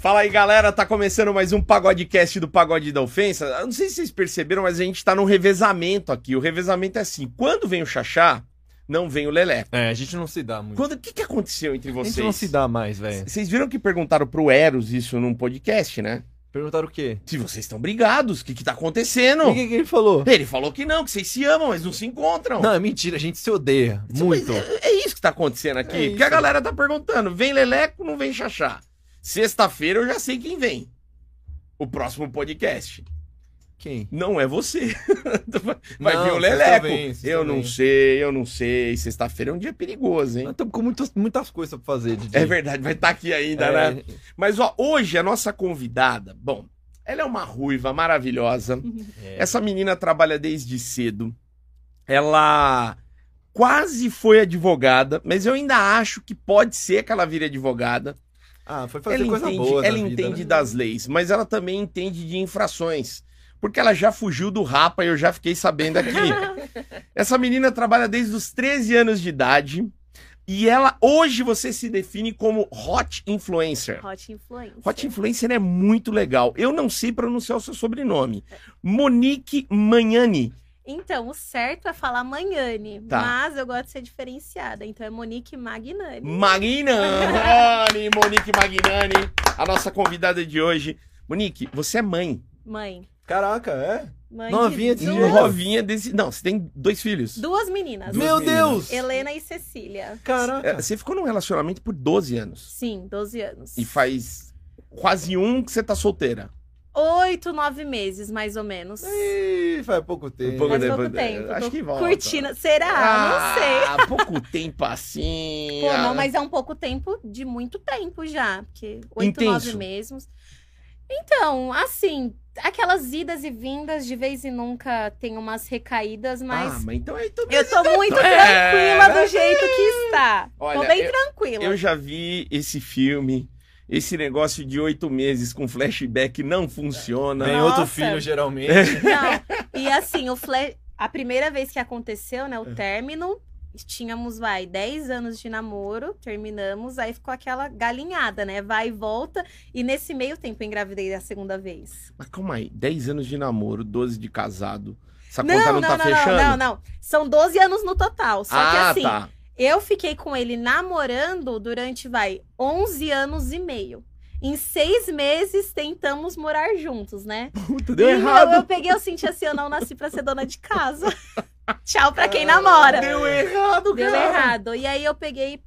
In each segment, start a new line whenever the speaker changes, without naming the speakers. Fala aí, galera. Tá começando mais um Pagodecast do Pagode da Ofensa. Eu não sei se vocês perceberam, mas a gente tá num revezamento aqui. O revezamento é assim: quando vem o Xaxá, não vem o Lelé.
É, a gente não se dá muito.
Quando o que, que aconteceu entre
a gente
vocês?
não se dá mais, velho.
Vocês viram que perguntaram pro Eros isso num podcast, né?
Perguntaram o quê?
Se vocês estão brigados, o que que tá acontecendo?
O que, que ele falou?
Ele falou que não, que vocês se amam, mas não se encontram.
Não, é mentira, a gente se odeia.
Mas
Muito.
É, é isso que tá acontecendo aqui.
É isso.
porque a galera tá perguntando: vem Leleco, não vem Xaxá? Sexta-feira eu já sei quem vem. O próximo podcast.
Quem?
Não é você. Vai
Não,
vir o
vocês
Leleco.
também, vocês
eu não
também.
sei, eu não sei. Sexta-feira é um dia perigoso, hein?
Nós estamos com muitas, muitas coisas pra fazer, Didi.
É verdade, vai estar aqui ainda,
É,
né? Mas ó, hoje a nossa convidada, bom, ela é uma ruiva maravilhosa.
é.
Essa menina trabalha desde cedo. Ela quase foi advogada, mas eu ainda acho que pode ser que ela vire advogada.
Ah, foi fazer
Ela
coisa
entende,
boa. na
ela
vida,
entende
né?
das leis, mas ela também entende de infrações. Porque ela já fugiu do rapa e eu já fiquei sabendo aqui. Essa menina trabalha desde os 13 anos de idade. E ela, hoje, você se define como hot influencer.
Hot influencer.
É. Hot influencer é muito legal. Eu não sei pronunciar o seu sobrenome. Monique Magnani.
Então, o certo é falar Magnani,
Tá.
mas eu gosto de ser diferenciada. Então é Monique Magnani.
Magnani! Monique Magnani, a nossa convidada de hoje. Monique, você é mãe.
Mãe.
Caraca, é?
Mãe
Novinha
de
desse
duas,
jeito.
Novinha desse. Não, você tem dois filhos.
duas meninas.
Duas
Meu
meninas.
Deus!
Helena e Cecília.
É,
Caraca.
Você ficou num relacionamento por 12 anos.
Sim, 12 anos.
E faz quase um que você tá solteira.
Oito, nove meses, mais ou menos.
Ih, faz pouco tempo.
É, Um pouco
Faz
tempo.
pouco tempo.
Acho
tô
que volta.
Curtindo. Será? não sei.
Ah, pouco tempo assim.
Pô,
ah.
não, mas é um pouco tempo de muito tempo já. Porque oito,
Intenso.
nove meses. Então, assim, aquelas idas e vindas, de vez em nunca tem umas recaídas, mas.
Ah, mas então é tudo
Eu tô muito
É,
tranquila
né?
do jeito que está.
Olha,
tô bem
eu-
tranquila.
Eu já vi esse filme, esse negócio de oito meses com flashback não funciona.
Tem
Nossa.
outro filho,
É.
geralmente.
Não, e assim, o fle... a primeira vez que aconteceu,
Hum.
né, o término, tínhamos, vai, 10 anos de namoro, terminamos, aí ficou aquela galinhada, né, vai e volta, e nesse meio tempo eu engravidei da segunda vez.
Mas calma aí, 10 anos de namoro, 12 de casado. Essa conta não, tá
não,
fechando?
não, não, São 12 anos no total, só que
ah,
assim,
tá.
eu fiquei com ele namorando durante, vai, 11 anos e meio. Em seis meses tentamos morar juntos, né?
Puta, deu
Não, eu
errado.
peguei, eu senti assim, eu não nasci pra ser dona de casa. Tchau pra quem namora.
Deu errado,
Deu
cara.
errado. E aí eu peguei,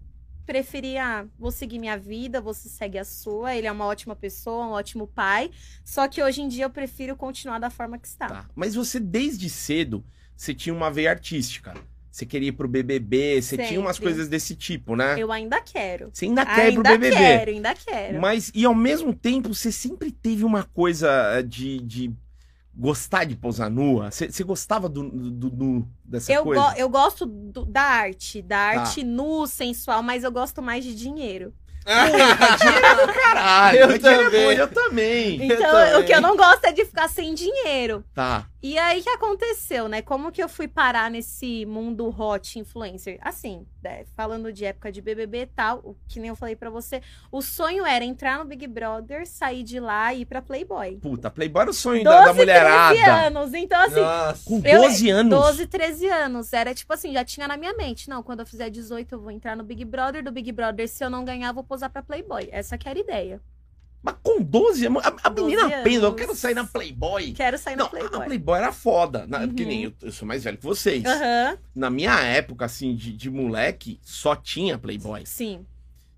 preferi, ah, vou seguir minha vida, você segue a sua. Ele é uma ótima pessoa, um ótimo pai. Só que hoje em dia eu prefiro continuar da forma que está.
Tá. Mas você, desde cedo, você tinha uma veia artística. Você queria ir pro BBB, você tinha umas
Sempre.
coisas desse tipo, né?
Eu ainda quero.
Você ainda quer ir pro
Ainda
BBB.
quero, ainda quero.
Mas, e ao mesmo tempo, você sempre teve uma coisa eh, de, de gostar de posar nua? Você você gostava do, do, do nu, dessa
Eu,
coisa?
go- eu gosto do- da arte, da
Tá.
arte nu, sensual, mas eu gosto mais de dinheiro.
Porra, dinheiro é do caralho.
Eu
dinheiro é
também.
bom, eu também.
Eu
Então, o
também.
que eu não gosto é de ficar sem dinheiro.
Tá.
E aí, o que aconteceu, né? Como que eu fui parar nesse mundo hot influencer? Assim, né, falando de época de BBB e tal, o que nem eu falei pra você, o sonho era entrar no Big Brother, sair de lá e ir pra Playboy.
Puta, Playboy era o sonho
12,
da, da
13
mulherada.
anos. Então, assim,
Nossa.
Com
Eu-
12 anos.
12, 13 anos. Era tipo assim, já tinha na minha mente. Não, quando eu fizer 18, eu vou entrar no Big Brother. Do Big Brother, se eu não ganhar, eu vou posar pra Playboy. Essa que era a ideia.
Mas com 12 anos, a, a
12
menina pensa, eu
anos.
quero sair na Playboy.
Quero sair
Não, ah,
na
a
Playboy.
Playboy era foda. Na,
Uhum.
Que nem eu, eu sou mais velho que vocês.
Aham,
Na minha época, assim, de, de moleque, só tinha Playboy.
sim.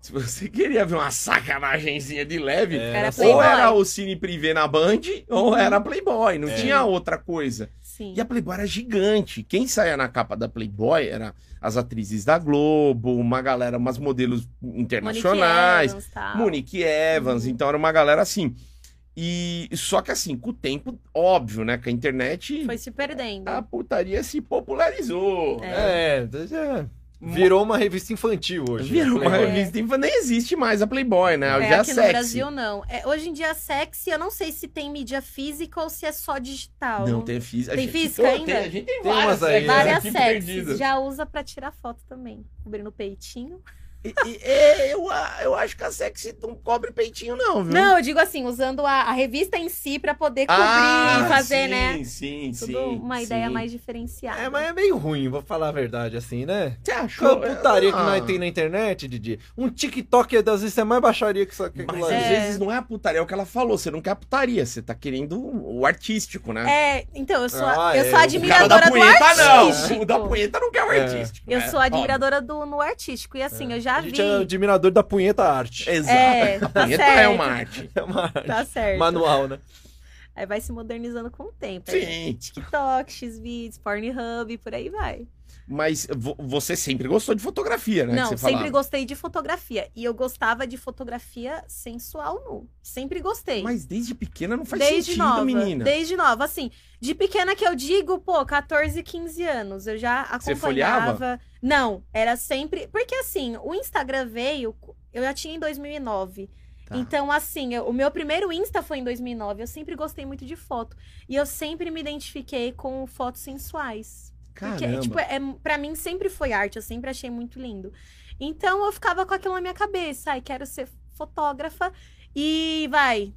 Se você queria ver uma sacanagemzinha de leve,
Era
Era
ou
Playboy.
era o Cine Privé na Band, ou
Uhum.
era Playboy. Não
É.
tinha outra coisa.
Sim.
E a Playboy era gigante. Quem saía na capa da Playboy era as atrizes da Globo, uma galera, umas modelos internacionais.
Monique Evans, Uhum. tal.
Monique Evans, então era uma galera assim. E só que assim, com o tempo, óbvio, né? Com a internet,
Foi se perdendo.
Ah,
a putaria se popularizou.
É.
né?
É, já virou uma revista infantil hoje. né,
Virou uma
Playboy?
É.
revista infantil, nem existe mais a Playboy, né?
É,
Já
aqui
sexy.
no Brasil não. É, hoje em dia a sexy, eu não sei se tem mídia física ou se é só digital.
Não tem Tá física.
Tem
gente,
física
pô,
ainda?
Tem, a gente tem,
Tem
várias
umas aí,
sexys
né?
Várias
aqui
sexys.
perdidas.
Já usa pra tirar foto também. Cobrindo o peitinho.
E- e- é, eu, a- eu acho que a sexy não cobre peitinho, não, viu?
Não, eu digo assim, usando a, a revista em si pra poder
Ah,
cobrir e fazer,
Ah, sim,
né?
Sim, sim.
Tudo uma ideia
sim.
mais diferenciada.
É, mas é meio ruim, vou falar a verdade, assim, né?
Você
Qual
achou?
putaria que
Ah,
nós tem na internet, Didi? Um TikTok, às vezes, é mais baixaria que isso aqui.
Mas
aquilo ali.
às
É.
vezes não é a putaria, é o que ela falou. Você não quer a putaria, você tá querendo o artístico, né?
É, então, eu sou,
Ah,
eu
é,
O
o
sou
cara
admiradora
da
do
punheta,
artístico.
não. O da punheta não quer o
É.
artístico.
Eu
né?
sou admiradora do no artístico. E assim, eu já
A
vi.
gente é admirador da punheta arte.
Óbvio. Exato.
É,
a
tá
punheta é
certo.
uma arte.
É uma arte
Tá certo.
manual, né?
Aí vai se modernizando com o tempo. aí
Sim.
TikTok, Xvideos, Pornhub, por aí vai.
Mas vo- você sempre gostou de fotografia, né? que
Não,
você
sempre
falava.
gostei de fotografia. E eu gostava de fotografia sensual nu. Sempre gostei.
Mas desde pequena não faz
Desde
sentido,
nova.
menina.
Desde nova. Assim, de pequena que eu digo, pô, 14, 15 anos. Eu já
Você
acompanhava.
folheava?
Não, era sempre. Porque assim, o Instagram veio. Eu já tinha em 2009.
Tá.
Então, assim, eu- o meu primeiro Insta foi em 2009. Eu sempre gostei muito de foto. E eu sempre me identifiquei com fotos sensuais. Porque,
Caramba.
tipo, é, pra mim sempre foi arte, eu sempre achei muito lindo. Então eu ficava com aquilo na minha cabeça, ai, quero ser fotógrafa. E vai,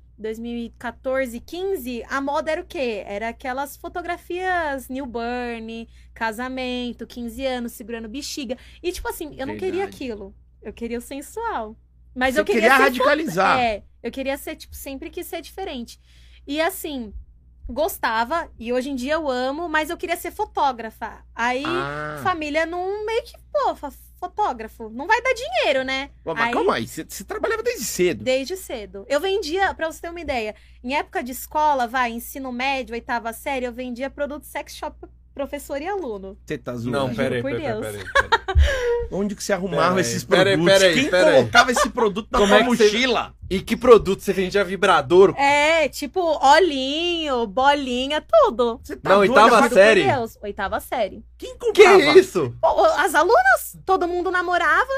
2014, 15, a moda era o quê? Era aquelas fotografias new burn, casamento, 15 anos, segurando bexiga. E tipo assim, eu não queria
Verdade.
aquilo. Eu queria o sensual. Mas
você
eu queria, ser
radicalizar.
é, eu queria ser, tipo, sempre quis ser diferente. E assim, gostava, e hoje em dia eu amo, mas eu queria ser fotógrafa. Aí,
Ah.
família não meio que, pô, fa- fotógrafo, não vai dar dinheiro, né?
Pô, Mas
Aí-
calma aí, você, você trabalhava desde cedo.
Desde cedo. Eu vendia, pra você ter uma ideia, em época de escola, vai, ensino médio, oitava série, eu vendia produto sex shop pra professor e aluno.
Você tá zoando.
Não,
Juro
peraí,
por
peraí, peraí,
Deus.
peraí, peraí.
Onde que você arrumava
Peraí,
esses
peraí,
produtos?
peraí,
Quem
peraí.
colocava esse produto na
Como
sua
é que você-
mochila?
E que produto você vendia vibrador?
É, tipo, olhinho, bolinha, tudo.
Você tá
Não,
doido,
oitava
rapaz?
Juro por
série?
Deus, oitava série.
Quem
Que
comprava?
isso?
Pô, as alunas, todo mundo namorava.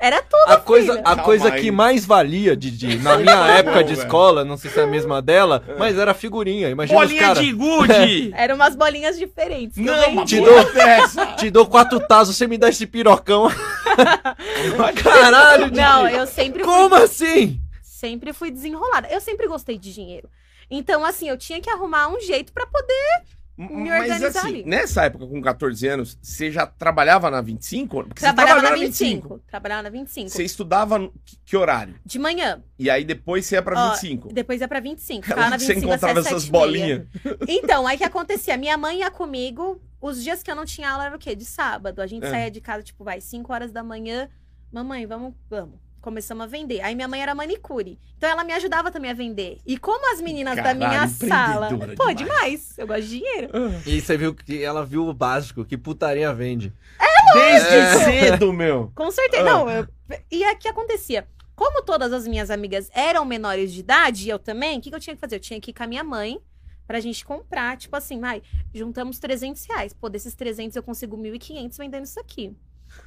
Era tudo.
A coisa, a
Calma
coisa
aí. tá
que mais valia, Didi, na minha época de escola, não sei se é a mesma dela, mas era figurinha. Imagina os
Bolinha
caras.
de gude!
Eram umas bolinhas diferentes. que eu
Não, um mas
vendi.
Te
porra dessa!
Te dou quatro tazos, você me dá esse pirocão. Caralho, Didi.
Não, eu sempre
Como assim?
sempre fui desenrolada. Eu sempre gostei de dinheiro. Então, assim, eu tinha que arrumar um jeito pra poder. Me
Mas
organizar
assim,
ali.
nessa época, com 14 anos, você já trabalhava na 25? Porque
Trabalhava
você
na
trabalhava
25. Trabalhava na 25.
Você estudava no- que, que horário?
De manhã.
E aí depois você ia pra
Ó,
25.
Depois ia pra 25.
É
Ficava
lá
na
que você
25
encontrava
até
essas
7h30.
bolinhas.
Então, aí o que acontecia? Minha mãe ia comigo. Os dias que eu não tinha aula era o quê? De sábado. A gente
É.
saía de casa, tipo, vai, 5 horas da manhã. Mamãe, vamos, vamos. Começamos a vender. Aí minha mãe era manicure. Então ela me ajudava também a vender. E como as meninas
Caralho,
da minha sala.
empreendedora
Pô,
demais.
demais. Eu gosto de dinheiro.
E você viu que ela viu o básico, que putaria vende.
Desde
É.
cedo, meu.
Com certeza.
Ah.
Não, eu- E aí o que acontecia? Como todas as minhas amigas eram menores de idade, e eu também, o que, que eu tinha que fazer? Eu tinha que ir com a minha mãe pra gente comprar. Tipo assim, vai, juntamos 300 reais. Pô, desses 300 eu consigo 1.500 vendendo isso aqui.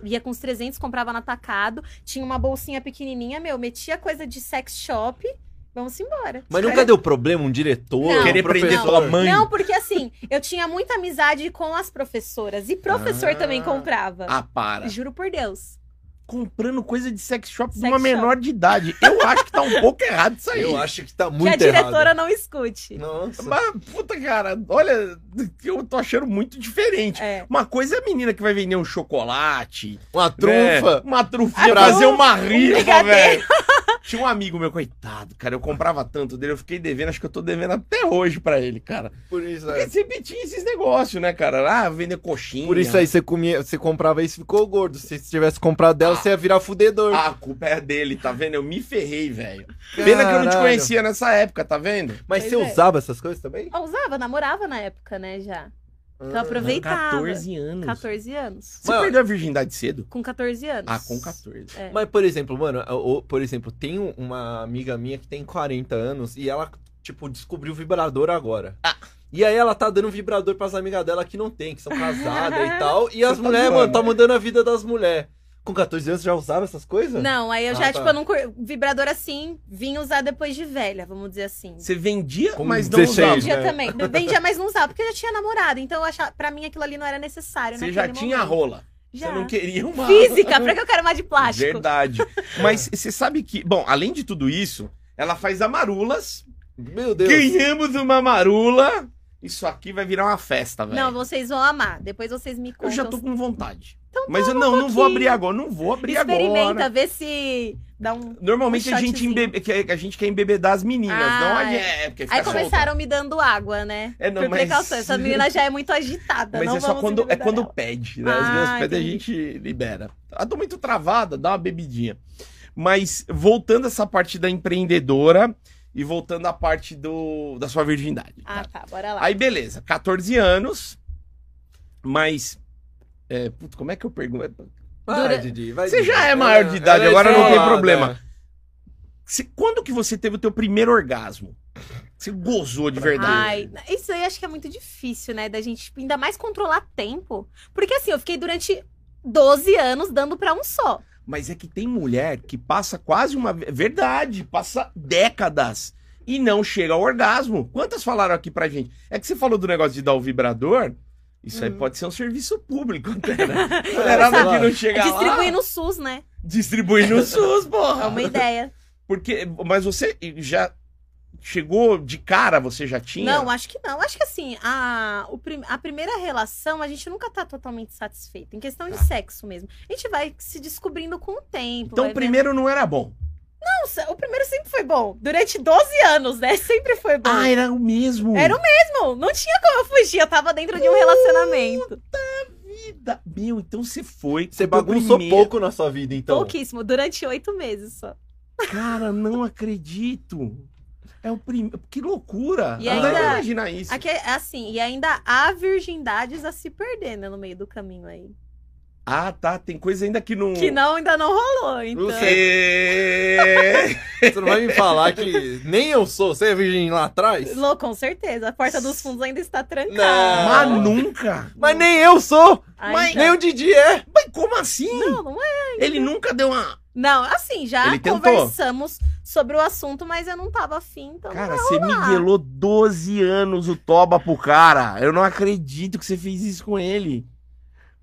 Ia com os 300, comprava no atacado, tinha uma bolsinha pequenininha, meu, metia coisa de sex shop, vamos embora.
Mas nunca deu problema um diretor,
Não.
um
Querer prender
professor?
tua mãe.
Não, porque assim, eu tinha muita amizade com as professoras, e professor
Ah.
também comprava.
Ah, para.
Juro por Deus.
Comprando coisa de sex shop de
Sex
uma
shop.
menor de idade. Eu acho que tá um pouco errado isso aí.
Eu acho que tá
que
muito
a diretora
errado.
não escute.
Nossa.
Mas, puta, cara, olha, eu tô achando muito diferente.
É.
Uma coisa é a menina que vai vender um chocolate,
Uma
Trufa.
trufa.
Uma trufinha.
Ah,
É. Fazer
trufa,
uma
um
rifa,
brigadeiro.
velho. Tinha um amigo meu, coitado, cara. Eu comprava tanto dele, eu fiquei devendo. Acho que eu tô devendo até hoje pra ele, cara.
Por isso, é.
Porque sempre tinha esses negócios, né, cara? Ah, vender coxinha.
Por isso aí você comia, você comprava isso e ficou gordo. Se você tivesse comprado dela, você ia virar fudedor.
Ah, a culpa é dele, tá vendo? Eu me ferrei, velho. Pena que eu não te
Caralho.
conhecia nessa época, tá vendo?
Mas
Pois
você
é.
usava essas coisas também?
Eu Ah, usava, namorava na época, né, já. Então
Ah.
aproveitava.
14 anos.
14 anos.
Você
Mano.
perdeu a virgindade cedo?
Com 14 anos.
Ah, com 14.
É.
Mas, por exemplo, mano, o- o- por exemplo, tem um- uma amiga minha que tem 40 anos e ela, tipo, descobriu o vibrador agora.
Ah.
E aí ela tá dando vibrador pras amigas dela que não tem, que são casadas e tal. E as
tá
mulheres,
zoando.
mano, tá mudando a vida das mulheres. Com 14 anos já usava essas coisas?
Não, aí eu já,
Ah, tá.
tipo, eu não cur... vibrador assim, vim usar depois de velha, vamos dizer assim.
Você vendia,
Com
mas não
16,
usava.
Vendia
né?
também. Vendia, mas não usava, porque eu já tinha namorado. Então, eu achava... pra mim, aquilo ali não era necessário.
Você
naquele
já tinha a
momento.
rola.
Já.
Você não queria uma.
Física, pra que eu quero uma de plástico?
Verdade. Mas você sabe que. Bom, além de tudo isso, ela faz amarulas.
Meu Deus.
Ganhamos uma amarula. Isso aqui vai virar uma festa, velho.
Não, vocês vão amar. Depois vocês me
Eu
contam.
já tô com vontade.
Então
Mas eu não, não vou
pouquinho.
abrir agora. Não vou abrir
Experimenta,
agora.
vê se dá um.
Normalmente
Um
a, gente
shotzinho.
embebe, que a gente quer embebedar as meninas,
Ah,
não a
é.
gente. É, porque fica
Aí
solta.
começaram me dando água, né?
É, não,
Por
mas-
precaução. Essa menina já é muito agitada.
Mas
não
é só
vamos
quando, é
endividar
quando
ela.
pede, né? Às vezes
Ah,
pede, a
entendi.
gente libera. Ah, tô muito travada, dá uma bebidinha. Mas voltando essa parte da empreendedora e voltando à parte do, da sua virgindade.
Ah,
tá?
tá, bora lá.
Aí, beleza, 14 anos, mas. é, putz, como é que eu pergunto?
Vai,
Dura-
Didi, vai,
Você
Didi.
já é maior de idade,
Ela é
agora não tem
isolada.
problema. Se- quando que você teve o teu primeiro orgasmo? Você gozou de verdade?
Ai, isso aí acho que é muito difícil, né? Da gente tipo, ainda mais controlar tempo. Porque assim, eu fiquei durante 12 anos dando pra um só.
Mas é que tem mulher que passa quase uma. ve- Verdade, passa décadas e não chega ao orgasmo. Quantas falaram aqui pra gente? É que você falou do negócio de dar o vibrador. Isso aí
Hum.
pode ser um serviço público, até, né?
É,
Mulherada
sei lá.
que não
É
chega
distribuir
lá.
no SUS, né?
Distribuir no SUS, porra.
É uma ideia.
Porque, mas você já chegou de cara, você já tinha?
Não, acho que não. Acho que assim, a, o prim- a primeira relação a gente nunca tá totalmente satisfeito. Em questão de sexo mesmo. A gente vai se descobrindo com o tempo.
Tá. Então
vai
o primeiro não era bom.
vendo- Nossa, o primeiro sempre foi bom. Durante 12 anos, né? Sempre foi bom.
Ah, era o mesmo.
Era o mesmo. Não tinha como eu fugir. Eu tava dentro de um relacionamento.
Vida- Meu, então você foi.
Você
com o teu
bagunçou
primeiro-
pouco na sua vida, então.
Pouquíssimo. Durante oito meses só.
Cara, não acredito. É o primeiro. Que loucura.
E
não dá
ainda-
pra imaginar isso.
Aqui, é assim, e ainda há virgindades a se perder, né? No meio do caminho aí.
Ah, tá. Tem coisa ainda que não.
Que não, ainda não rolou. Então...
É...
Você não vai me falar que nem eu sou, você é virgem lá atrás?
Lô, com certeza. A porta dos fundos ainda está trancada.
Não.
Mas nunca.
Mas nem eu sou!
Ai,
mas-
não.
Nem o Didi é!
Mas como assim?
Não, não é.
Ele nunca deu uma.
Não, assim, já
Ele tentou.
conversamos sobre o assunto, mas eu não tava afim, então.
Cara, você miguelou 12 anos o toba pro cara. Eu não acredito que você fez isso com ele.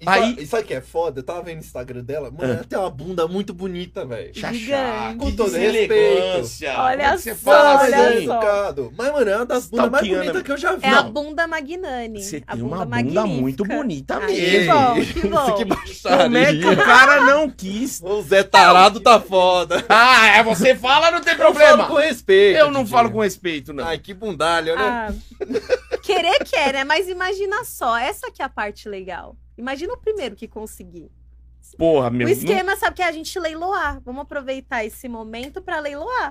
E
Aí-
sa- e sabe o que é foda? Eu tava vendo o Instagram dela, mano,
Ah.
ela tem uma bunda muito bonita, velho.
Chachá.
Gigante.
que
Com todo
deselegância.
Olha
Como é que você
só,
Tipo,
fala
olha
assim?
só.
educado. tá Mas, mano, é uma das bundas mais
Stalkeando.
bonitas que eu já vi.
É a
Não.
bunda Magnani.
Você
a
tem uma bunda
magnífica.
muito bonita
Aí,
mesmo.
bom, que bom.
que
Como é que o
baixaria.
cara não quis?
O Zé Tarado tá foda.
Ah, é você fala, não tem
Eu falo com respeito.
Eu não
Didi.
falo com respeito, não.
Ai, que bundalha, né?
Ah, querer quer, né? Mas imagina só, essa que é a parte legal. Imagina o primeiro que conseguir.
Porra, meu.
o esquema, sabe, que é a gente leiloar. Vamos aproveitar esse momento pra leiloar.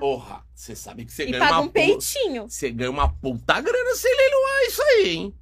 não- Porra, você sabe que você
E
ganha
paga
uma
um
pu-
peitinho.
Você ganha uma puta grana sem leiloar isso aí, hein?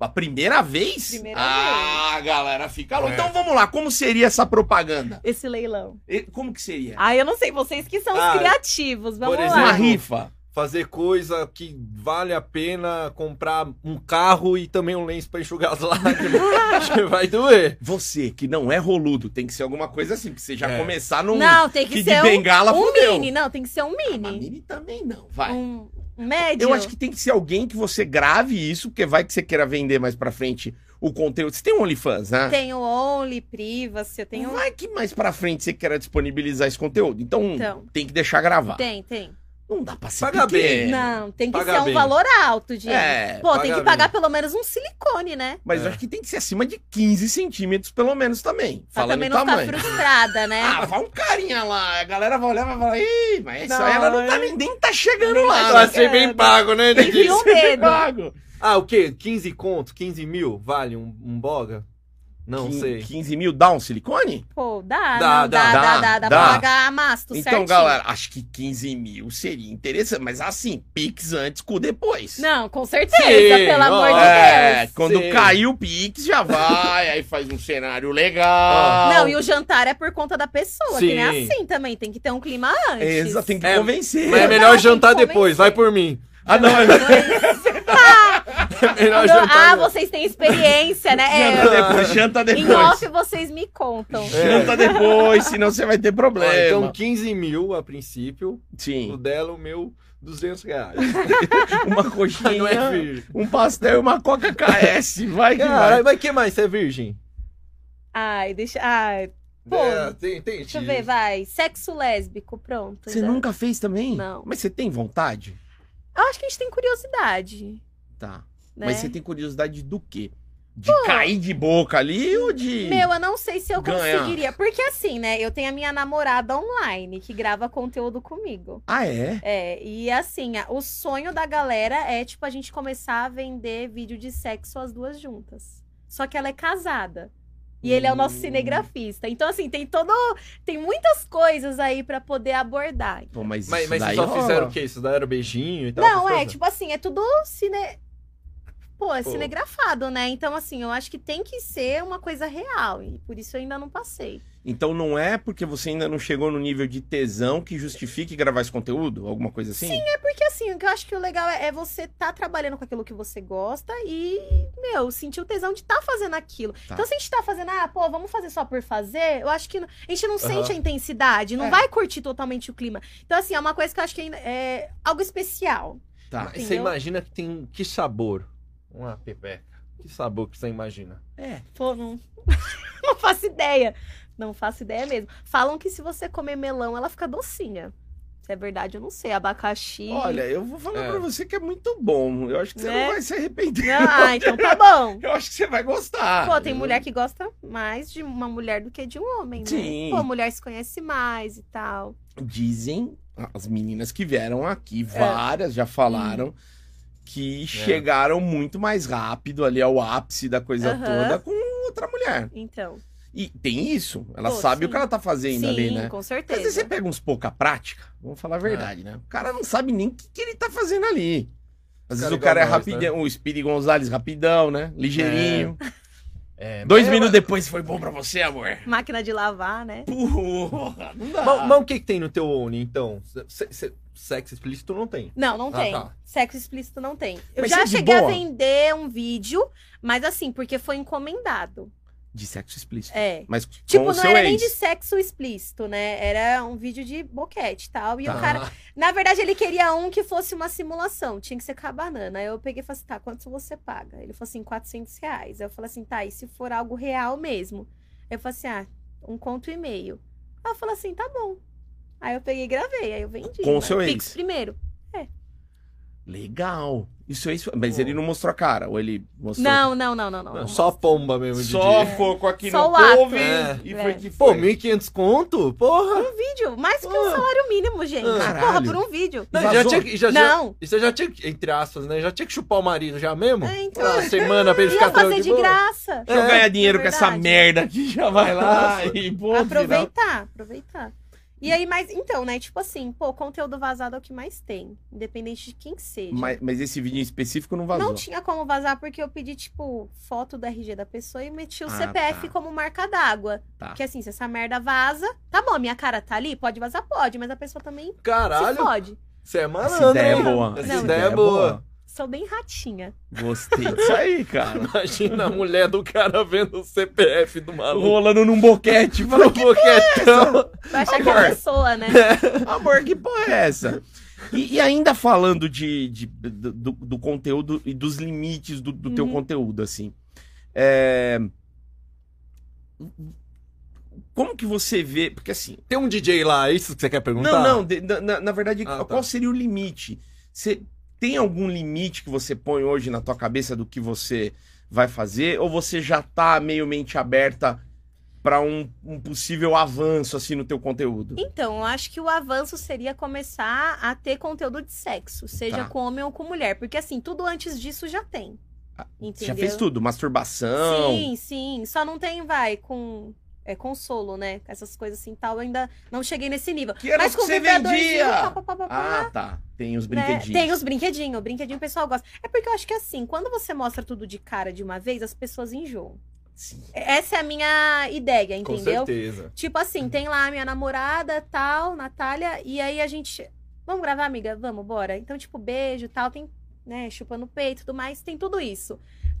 A primeira vez?
Primeira
ah, galera, fica louco.
É.
Então vamos lá, como seria essa propaganda?
Esse leilão.
E- Como que seria?
Ah, eu não sei, vocês que são os
Ah,
criativos. Vamos
por
Uma
exemplo,
lá.
rifa.
Fazer coisa que vale a pena comprar um carro e também um lenço pra enxugar as lágrimas. que vai doer.
Você que não é roludo, tem que ser alguma coisa assim, porque você já
É.
começar num.
Não, tem que,
que de
ser um,
bengala
um
fudeu.
mini. Não, tem que ser um
A
mini.
mini também não, vai.
um um médio.
Eu acho que tem que ser alguém que você grave isso, porque vai que você queira vender mais pra frente o conteúdo. Você tem um OnlyFans, né?
Tem um. o Only, Privacy, eu tenho...
Vai que mais pra frente você queira disponibilizar esse conteúdo. Então,
Então.
tem que deixar gravar.
Tem, tem.
Não dá pra ser
Paga
pequeno.
bem.
Não, tem que
Paga
ser um
bem.
valor alto, gente.
É,
Pô, tem
paga
que pagar pelo menos um silicone, né?
Mas eu
É.
acho que tem que ser acima de 15 centímetros, pelo menos, também.
Pra
falando
também
em
não ficar
tamanho.
frustrada, né?
Ah, vai um carinha lá. A galera vai olhar e vai falar, ih, mas isso
Não,
aí ela não
é.
tá nem, nem tá chegando
Ah,
lá.
Vai
Mas
ser bem pago, né,
Tem que
Didi?
ir um dedo.
pago.
Ah, o quê? 15 conto? 15 mil? Vale um, um boga? Não
Quin-
sei.
15 mil dá um silicone?
Pô, dá,
Dá,
não,
dá,
dá, dá,
dá,
dá, dá,
dá.
pra pagar a masto,
então,
certinho.
galera, acho que 15 mil seria interessante. Mas assim, Pix antes, cu depois.
Não, com certeza,
Sim,
pelo amor
ó.
de
É,
Deus.
quando
Sim.
cair o Pix, já vai, aí faz um cenário legal.
Não, e o jantar é por conta da pessoa, que não é
Sim.
assim também. Tem que ter um clima antes.
Exa, tem que
É,
convencer.
Mas é
Eu
melhor
tava
jantar
pensando em
depois,
ser.
vai por mim.
Ah, não, é
É melhor
Não,
jantar
né?
ah,
depois.
vocês têm experiência, né?
janta depois, janta
É, em
depois.
off vocês me contam.
Janta depois, senão você vai ter problema.
É. Ó, então 15 mil a princípio, o
Sim,
dela, o meu, 200 reais.
uma
não é
coxinha,
virgem.
um pastel e uma coca KS. Vai que vai.
Caralho, mas que mais? Você é virgem?
Ai, deixa. Ai, Pô,
É, tem, tem,
deixa eu
tio.
ver, vai. Sexo lésbico, pronto.
Você
já.
nunca fez também?
é. Não.
Mas você tem vontade?
Eu acho que a gente tem curiosidade.
Tá.
Né?
Mas você tem curiosidade do quê? De cair de boca ali ou de.
Meu, eu não sei se eu
Ganhar.
conseguiria. Porque assim, né? Eu tenho a minha namorada online que grava conteúdo comigo.
Ah, é?
É, e assim, a- o sonho da galera é, tipo, a gente começar a vender vídeo de sexo as duas juntas. Só que ela é casada. E ele é o nosso
Hum.
cinegrafista. Então, assim, tem todo. Tem muitas coisas aí pra poder abordar.
Pô, mas,
Mas,
isso
mas
daí
vocês só
rola.
fizeram o quê? Isso daí era beijinho e tal?
Não,
essas
é,
coisas?
tipo assim, é tudo cine. Pô, é
Pô.
cinegrafado, né? Então, assim, eu acho que tem que ser uma coisa real. E por isso eu ainda não passei.
Então não é porque você ainda não chegou no nível de tesão que justifique gravar esse conteúdo? Alguma coisa assim? Sim,
É porque, assim, o que eu acho que o legal é, é você tá trabalhando com aquilo que você gosta e, meu, sentir o tesão de tá fazendo aquilo.
Tá.
Então, se a gente tá fazendo, ah, pô, vamos fazer só por fazer, eu acho que não- a gente não sente a intensidade, não
É.
vai curtir totalmente o clima. Então, assim, é uma coisa que eu acho que ainda é algo especial.
Tá.
Mas você
entendeu?
imagina que tem que sabor? Uma pepeca. Que sabor que você imagina?
É.
Pô, não, não faço ideia. Não faço ideia mesmo. Falam que se você comer melão, ela fica docinha. Se é verdade, eu não sei. Abacaxi.
Olha, eu vou falar
É.
pra você que é muito bom. Eu acho que você
Né?
não vai se arrepender.
Ah, então tá bom.
Eu acho que você vai gostar.
Pô, tem
Ah, Eu-
mulher que gosta mais de uma mulher do que de um homem, né?
Sim.
Pô, mulher se conhece mais e tal.
Dizem as meninas que vieram
É.
aqui, várias já
Hum.
falaram, que
É.
chegaram muito mais rápido ali ao ápice da coisa
Aham.
toda com outra mulher.
Então.
E tem isso. Ela
Pô,
sabe o
sim.
que ela tá fazendo
Sim,
ali, né?
com
Às vezes você
certeza.
pega uns pouca prática, vamos falar a
É.
verdade, né? O cara não sabe nem o que, que ele tá fazendo ali. Às
Os
vezes
cara
o cara é
igual nós, né?
rapidão, o Speedy Gonzalez rapidão, né? Ligeirinho.
É,
Dois
mas-
minutos depois foi bom pra você, amor.
Máquina de lavar, né?
Porra, não dá.
é, Mas, mas o que, que tem no teu Oni, então? Se- se- Sexo explícito não tem.
Não, não
Ah,
tem.
tá.
Sexo explícito não tem. Eu
Mas
já
é de
cheguei
boa?
a vender um vídeo, mas assim, porque foi encomendado.
De sexo explícito.
É.
Mas
Tipo,
com o
não
seu
era nem
ex.
de sexo explícito, né? Era um vídeo de boquete e tal. E
Tá.
o cara. Na verdade, ele queria um que fosse uma simulação. Tinha que ser com a banana. Aí eu peguei e falei assim: tá, quanto você paga? Ele falou assim: 400 reais. Aí eu falei assim: tá, e se for algo real mesmo? Eu falei assim: ah, um conto e meio. Aí eu falei assim: tá bom. Aí eu peguei e gravei. Aí eu vendi.
Com o
Mas
seu
Pix
ex.
primeiro.
Legal. Isso é isso. Mas
Pô.
ele não mostrou a cara, ou ele mostrou. É.
Não, não, não, não, não.
Não, só a pomba mesmo de
Só
dia.
foco aqui
Só
no
o ato.
couve
É.
e foi
É.
que
Pô,
foi.
1.500 conto? Porra!
Um vídeo, mais que um
Ah.
salário mínimo, gente.
Ah.
Porra,
Caralho.
por um vídeo.
Não, já
vazou?
tinha, que- já, já,
Não.
você já tinha, que- entre aspas, né? Já tinha que chupar o marido já mesmo?
É, então.
Uma semana pra ele
Ia
ficar tão
fazer de
boa?
graça.
Deixa eu
É,
ganhar dinheiro com essa
verdade.
merda aqui, já vai lá
Nossa.
e pô, virar-
aproveitar, aproveitar. E aí, mas então, né? Tipo assim, pô, conteúdo vazado é o que mais tem, independente de quem seja.
Mas, mas esse vídeo em específico não vazou.
Não tinha como vazar porque eu pedi, tipo, foto do RG da pessoa e meti o
Ah,
CPF
tá.
como marca d'água.
Tá.
Porque assim, se essa merda vaza, tá bom, minha cara tá ali, pode vazar, pode, mas a pessoa também se
Caralho,
fode.
você é
Essa
malandro,
ideia é
hein?
boa.
Essa
Não,
ideia é boa.
Sou bem ratinha.
Gostei disso aí, cara.
Imagina a mulher do cara vendo o CPF do maluco.
Rolando num boquete.
Pro
Fala,
é boquetão.
Vai achar que é
Amor.
pessoa, né?
amor, que porra é essa? E, e ainda falando de, de- do, do- do conteúdo e dos limites do, do teu
Uhum.
conteúdo, assim. é, Como que você vê... Porque assim,
Tem um DJ lá, é isso que você quer perguntar?
Não, não. de- na- na, na verdade,
Ah, tá.
qual seria o limite? Você tem algum limite que você põe hoje na tua cabeça do que você vai fazer? Ou você já tá meio mente aberta pra um, um possível avanço assim no teu conteúdo?
Então, eu acho que o avanço seria começar a ter conteúdo de sexo, seja
Tá.
com homem ou com mulher. Porque assim, tudo antes disso já tem.
Você
Entendeu?
já fez tudo, masturbação.
Sim, sim. Só não tem, vai, com é, consolo, né? Essas coisas assim tal, eu ainda não cheguei nesse nível.
Que era o
Mas
que
com
você
vibradorzinho,
vendia.
pá, pá, pá, pá, pá,
Ah, tá. Tem os
né?
brinquedinhos.
Tem os brinquedinhos, o brinquedinho o pessoal gosta. É porque eu acho que assim, quando você mostra tudo de cara de uma vez, as pessoas enjoam.
Sim.
Essa é a minha ideia,
Com
entendeu?
certeza.
Tipo assim, tem lá a minha namorada, tal, Natália, e aí a gente. Vamos gravar, amiga? Vamos, bora. Então, tipo, beijo, tal, tem, né, chupando o peito e tudo mais, tem tudo isso.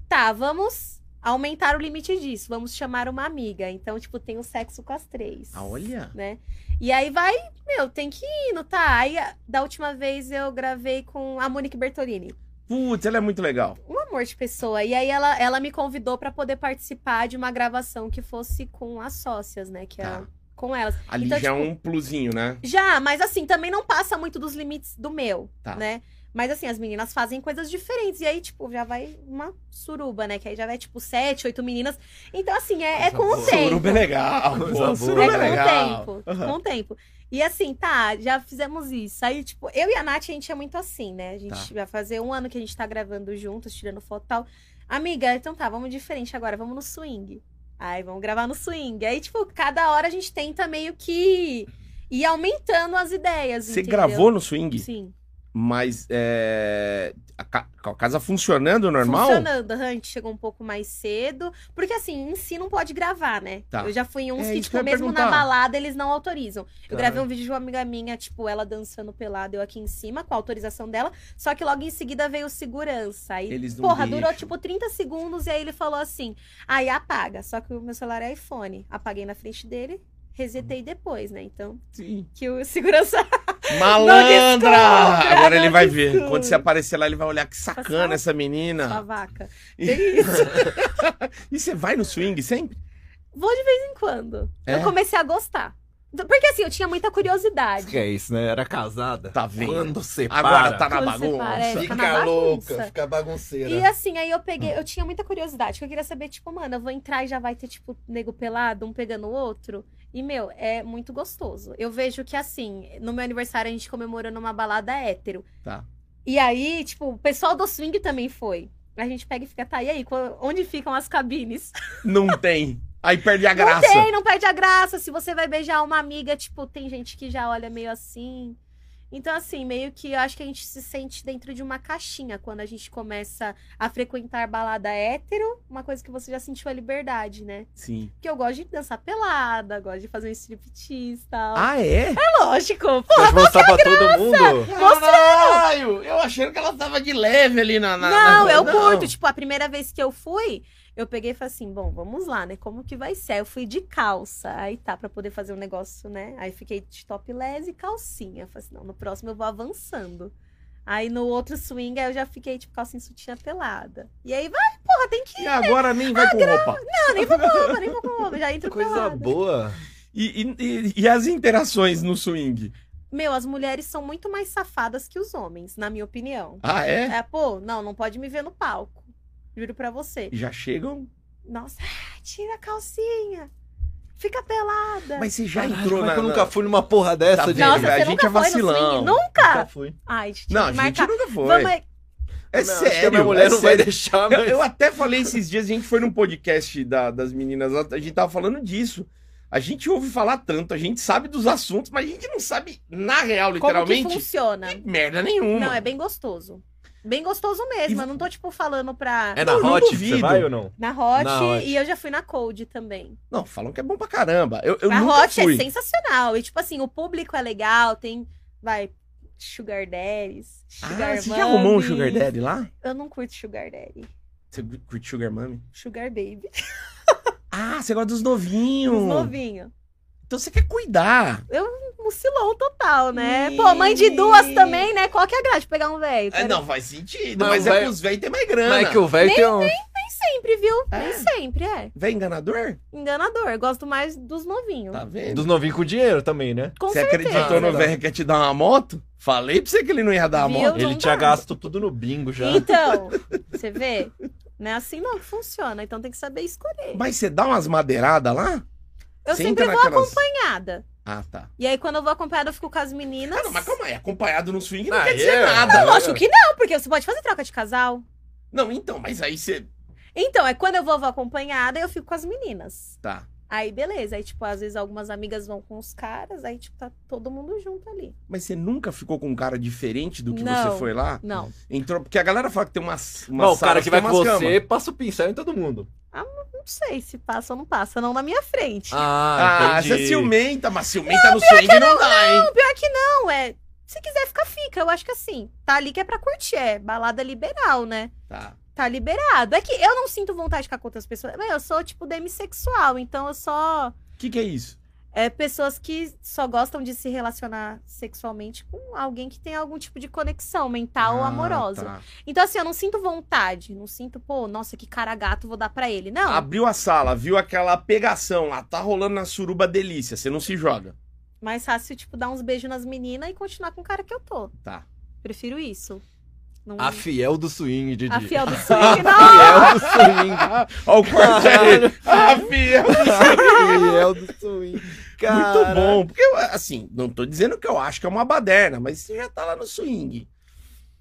Tá, vamos aumentar o limite disso, vamos chamar uma amiga. Então, tipo, tem o sexo com as três.
Ah, olha.
Né? E aí vai, meu, tem que ir, não tá? Aí, a- da última vez eu gravei com a Monique Bertolini.
Putz, ela é muito legal.
um amor de pessoa. E aí ela, ela me convidou pra poder participar de uma gravação que fosse com as sócias, né? Que é
Tá.
com elas.
Ali
Então,
já é
tipo-
um plusinho, né?
Já, mas assim, também não passa muito dos limites do meu,
Tá.
né? Mas assim, as meninas fazem coisas diferentes. E aí, tipo, já vai uma suruba, né? Que aí já vai, tipo, sete, oito meninas. Então, assim, é, é
Coisa
com o
boa.
tempo.
Suruba é legal.
Coisa
Pô,
boa.
suruba
É
é
com
legal.
o tempo,
Aham.
com o tempo. E assim, tá, já fizemos isso. Aí, tipo, eu e a Nath, a gente é muito assim, né? A gente
Tá.
vai fazer um ano que a gente tá gravando juntos, tirando foto e tal. Amiga, então tá, vamos diferente agora, vamos no swing. Aí, vamos gravar no swing. Aí, tipo, cada hora a gente tenta meio que ir aumentando as ideias,
Você
entendeu?
gravou no swing,
Sim.
mas é, a, ca- a casa funcionando normal?
Funcionando, aham, a gente chegou um pouco mais cedo. Porque assim, em si não pode gravar, né?
Tá.
Eu já fui em uns
É
que,
isso que eu
tipo,
ia
mesmo
perguntar. Tá.
na balada, eles não autorizam. Eu
Caralho.
gravei um vídeo de uma amiga minha, tipo, ela dançando pelada, eu aqui em cima, com a autorização dela. Só que logo em seguida veio o segurança. Aí,
Eles não
porra,
deixam.
durou tipo 30 segundos e aí ele falou assim: aí apaga. Só que o meu celular é iPhone. Apaguei na frente dele. Resetei depois, né? Então,
Sim.
que o segurança
Malandra!
desculpa,
Agora ele
não
vai ver.
desculpa.
Quando você aparecer lá, ele vai olhar que
Passar-
sacana essa
a
menina.
vaca.
E-
Tem isso.
E você vai no swing sempre?
Vou de vez em quando.
É?
Eu comecei a gostar. Porque assim, eu tinha muita curiosidade.
Que é isso, né? Era casada.
Tá vendo?
Quando separa,
Agora tá na
Quando você
bagunça.
parece.
fica
Tá na bagunça.
louca, fica bagunceira.
E assim, aí eu peguei, eu tinha muita curiosidade, que eu queria saber, tipo, mano, eu vou entrar e já vai ter, tipo, nego pelado, um pegando o outro. E, meu, é muito gostoso. Eu vejo que, assim, no meu aniversário a gente comemorou numa balada hétero.
Tá.
E aí, tipo, o pessoal do swing também foi. A gente pega e fica, tá, e aí, qu- onde ficam as cabines?
Não tem. Aí perde a graça.
Não tem, não perde a graça. Se você vai beijar uma amiga, tipo, tem gente que já olha meio assim. Então, assim, meio que eu acho que a gente se sente dentro de uma caixinha quando a gente começa a frequentar balada hétero, uma coisa que você já sentiu a liberdade, né?
Sim.
Porque eu gosto de dançar pelada, gosto de fazer um striptease e tal.
Ah, é?
É lógico, pô,
Pode mostrar
é
pra todo mundo?
Caralho! Eu achei que ela tava de leve ali na. na-
Não,
na-
eu curto. Tipo, a primeira vez que eu fui, eu peguei e falei assim: bom, vamos lá, né? Como que vai ser? Aí eu fui de calça. Aí tá, pra poder fazer um negócio, né? Aí fiquei de topless e calcinha. Eu Falei assim: não, no próximo eu vou avançando. Aí no outro swing, aí eu já fiquei, tipo, calcinha e sutiã pelada. E aí vai, porra, tem que
E
ir.
agora nem
Ah,
vai com roupa.
Não, nem vou com roupa, nem vou com roupa. Já entro
Coisa
pelada.
boa.
E, e- e- e as interações no swing?
Meu, as mulheres são muito mais safadas que os homens, na minha opinião.
Ah, é?
É, pô, não, não pode me ver no palco. Juro pra você.
Já chegam?
Nossa, ah, tira a calcinha. Fica pelada.
Mas você já
Caralho,
entrou
como é
na.
que eu
na-
nunca fui numa porra dessa,
Tá
gente.
vendo?
Nossa,
a
você
gente
nunca
é
foi
vacilão. Então,
no swing? Nunca?
Nunca fui.
Ai, gente,
Não, a
que
gente
marcar.
nunca foi.
tá. Vamos aí.
É
Não, acho que
sério,
a minha mulher
é
não
sério.
vai deixar,
Eu,
mas...
eu até falei esses dias, a gente foi num podcast da- das meninas, a a gente tava falando disso. A gente ouve falar tanto, a gente sabe dos assuntos, mas a gente não sabe, na real,
Como que
literalmente,
funciona?
merda nenhuma.
Não, é bem gostoso. Bem gostoso mesmo.
E-
Eu não tô, tipo, falando pra.
É na
Não, não
Hot que
duvido.
você vai ou não?
Na Hot,
Na Hot.
e eu já fui na Cold também.
Não, falam que é bom pra caramba. Eu, eu
a
nunca
Hot
fui.
é sensacional. E, tipo assim, o público é legal, tem. Vai. Sugar Daddies. Sugar
Ah, você já arrumou um
mummies.
Sugar Daddy lá?
Eu não curto Sugar Daddy.
Você curte Sugar Mummy?
Sugar Baby.
Ah, você gosta dos
Os
novinhos.
novinhos.
Então você quer cuidar.
Mucilão total, né? Pô, mãe de duas também, né? Qual que é a graça de pegar um velho?
É,
Pera-
não faz sentido,
Não,
mas é
vai-
que os velhos têm mais grana.
Mas é que o velho
Nem-
tem um...
Nem sempre, viu?
É.
Nem sempre, é.
Véio enganador?
Enganador. Eu Gosto mais dos novinhos.
Tá vendo?
Dos novinhos com dinheiro também, né?
Com
Você
certeza.
acreditou no
Verdade.
velho que ia te dar uma moto? Falei pra você que ele não ia dar a
Viu?
moto.
Ele
não
tinha
dá.
gasto tudo no bingo já.
Então, você vê? Não é assim não que funciona. Então tem que saber escolher.
Mas você dá umas madeiradas lá?
Eu
Você
sempre
entra
vou
naquelas-
acompanhada.
Ah, tá.
E aí, quando eu vou acompanhada, eu fico com as meninas.
Ah, não, mas né? calma aí. Acompanhado no swing não
Ah,
quer dizer
é?
nada.
Não.
Lógico que não, porque você pode fazer troca de casal.
Não, então, mas aí você...
Então, é quando eu vou, vou acompanhada, eu fico com as meninas.
Tá.
Aí, beleza. Aí, tipo, às vezes algumas amigas vão com os caras, aí, tipo, tá todo mundo junto ali.
Mas você nunca ficou com um cara diferente do que
Não.
você foi lá?
Não.
Entrou... Porque a galera fala que tem umas... umas
Não, o cara
salas
que vai
tem
com
umas camas.
você passa o pincel em todo mundo.
Não sei se passa ou não passa, não na minha frente.
Ah,
Ah,
você é ciumenta, mas ciumenta no swing não, dá, hein?
Pior que não, é. Se quiser ficar, fica. Eu acho que assim, tá ali que é pra curtir. É balada liberal, né?
Tá.
Tá liberado. É que eu não sinto vontade de ficar com outras pessoas. Meu, Eu sou, tipo, demissexual, então eu só.
O que, que é isso?
é, pessoas que só gostam de se relacionar sexualmente com alguém que tem algum tipo de conexão mental ou
Ah,
amorosa.
tá.
Então, assim, eu não sinto vontade, não sinto, pô, nossa, que cara gato, vou dar pra ele. Não,
Abriu a sala, viu aquela pegação lá, tá rolando na suruba delícia, você não se joga.
mais fácil, tipo, dar uns beijos nas meninas e continuar com o cara que eu tô.
Tá.
Prefiro isso. Não...
A fiel do swing, Didi.
A fiel do swing, não!
Fiel do swing.
Ó, o corte aí. Ah, fiel.
fiel do swing.
Muito
Cara,
bom. Porque, assim, não tô dizendo que eu acho que é uma baderna, mas você já tá lá no swing.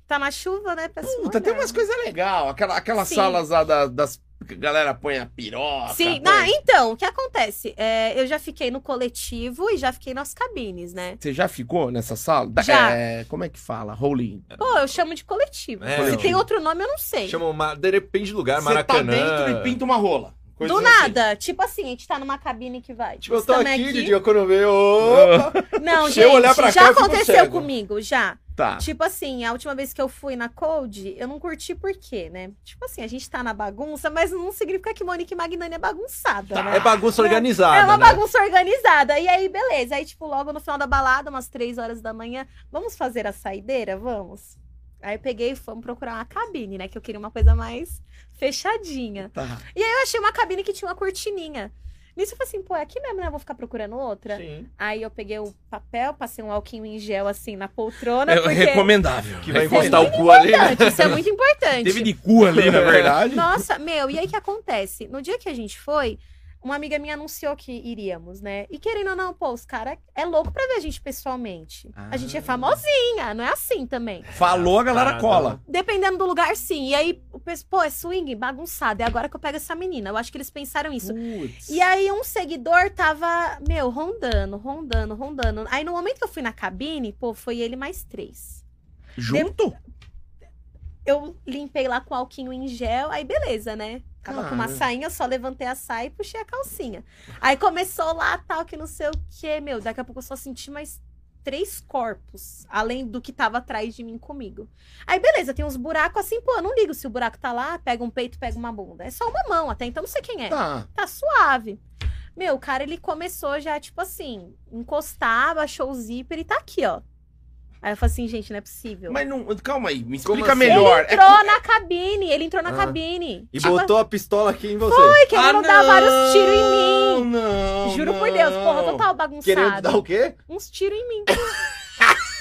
Tá na chuva, né, pessoal?
Puta, tem umas coisas legais. Aquela, aquelas
Sim.
salas lá da- das. que a galera põe a piroca. põe-
Sim, não, então, o que acontece? É, eu já fiquei no coletivo e já fiquei nas cabines, né?
Você já ficou nessa sala? Da-
Já.
é, como é que fala? Rolling.
Pô, eu chamo de coletivo.
É,
Se
coletivo.
tem outro nome, eu não sei.
Chama uma... De repente de lugar,
Você tá
Maracanã.
dentro e pinta uma rola. Coisa
Do
assim.
nada. Tipo assim, a gente tá numa cabine que vai.
Tipo, eu tô
Estamos
aqui, Didi, eu quando eu vejo... Opa!
Não,
Se eu
gente,
olhar pra cá,
já
eu fico
aconteceu
cego.
comigo, já.
Tá.
Tipo assim, a última vez que eu fui na Cold, eu não curti por quê, né? Tipo assim, a gente tá na bagunça, mas não significa que Monique Magnani é bagunçada, né?
É bagunça organizada,
É uma
né?
bagunça organizada. E aí, beleza. Aí, tipo, logo no final da balada, umas três horas da manhã, vamos fazer a saideira? Vamos. Aí eu peguei e fomos procurar uma cabine, né? Que eu queria uma coisa mais fechadinha.
Tá.
Eu achei uma cabine que tinha uma cortininha. Nisso eu falei assim, pô, é aqui mesmo, né? Eu vou ficar procurando outra.
Sim.
Aí eu peguei o papel, passei um alquinho em gel assim na poltrona.
É
porque
recomendável.
Que vai
Recomenda-
encostar o cu ali, né?
importante, isso é muito importante.
Teve de cu ali, na verdade.
Nossa, meu, e aí o que acontece? No dia que a gente foi, uma amiga minha anunciou que iríamos, né? E querendo ou não, pô, os caras é louco pra ver a gente pessoalmente.
Ah.
A gente é famosinha, não é assim também.
Falou, a galera
Tá,
cola.
Dependendo do lugar, sim. E aí, o pessoal, pô, é swing, bagunçado. É agora que eu pego essa menina. Eu acho que eles pensaram isso.
Putz.
E aí, um seguidor tava, meu, rondando, rondando, rondando. Aí, no momento que eu fui na cabine, pô, foi ele mais três.
Junto?
eu limpei lá com alquinho em gel, aí beleza, né? Tava com uma
Cara.
sainha, só levantei a saia e puxei a calcinha. Aí começou lá, tal, que não sei o quê, meu. Daqui a pouco eu só senti mais três corpos, além do que tava atrás de mim comigo. Aí beleza, tem uns buracos assim, pô, eu não ligo se o buraco tá lá, pega um peito, pega uma bunda. É só uma mão, até então não sei quem é
Tá.
tá suave. Meu, o cara, ele começou já, tipo assim, encostar, baixou o zíper e tá aqui, ó. Aí eu falei assim, gente, não é possível.
Mas não. Calma aí, me
Como
explica
assim?
melhor. É
Entrou na cabine, ele entrou na
Ah.
cabine.
E
Tipo,
botou a pistola aqui em você.
Foi
Ah,
querendo dar vários tiros em mim.
Não,
Juro por Deus, porra,
não.
total
Querendo
bagunçado.
dar um- o quê?
Uns tiros em mim.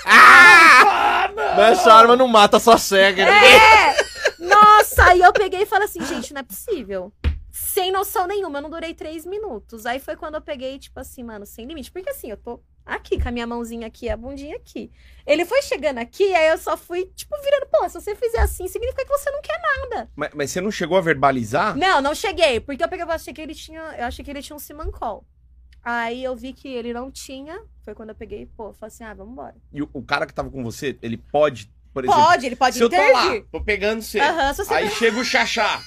Ah, não.
Mas essa arma não mata, só cega. né?
É! Nossa, aí eu peguei e falei assim, gente, não é possível. Sem noção nenhuma, eu não durei três minutos. Aí foi quando eu peguei, tipo assim, mano, sem limite. Porque assim, eu tô aqui, com a minha mãozinha aqui, a bundinha aqui. Ele foi chegando aqui, aí eu só fui, tipo, virando, pô, se você fizer assim, significa que você não quer nada.
Mas, mas você não chegou a verbalizar?
Não, não cheguei, porque eu peguei, eu achei que ele tinha, eu achei que ele tinha um simancol. Aí eu vi que ele não tinha, foi quando eu peguei, pô, eu falei assim, ah, vamos embora.
E o, o cara que tava com você, ele pode, por exemplo.
Pode, ele pode
se eu tô lá,
intervir.
tô pegando você.
Aham, se você...
Aí chega o Xaxá.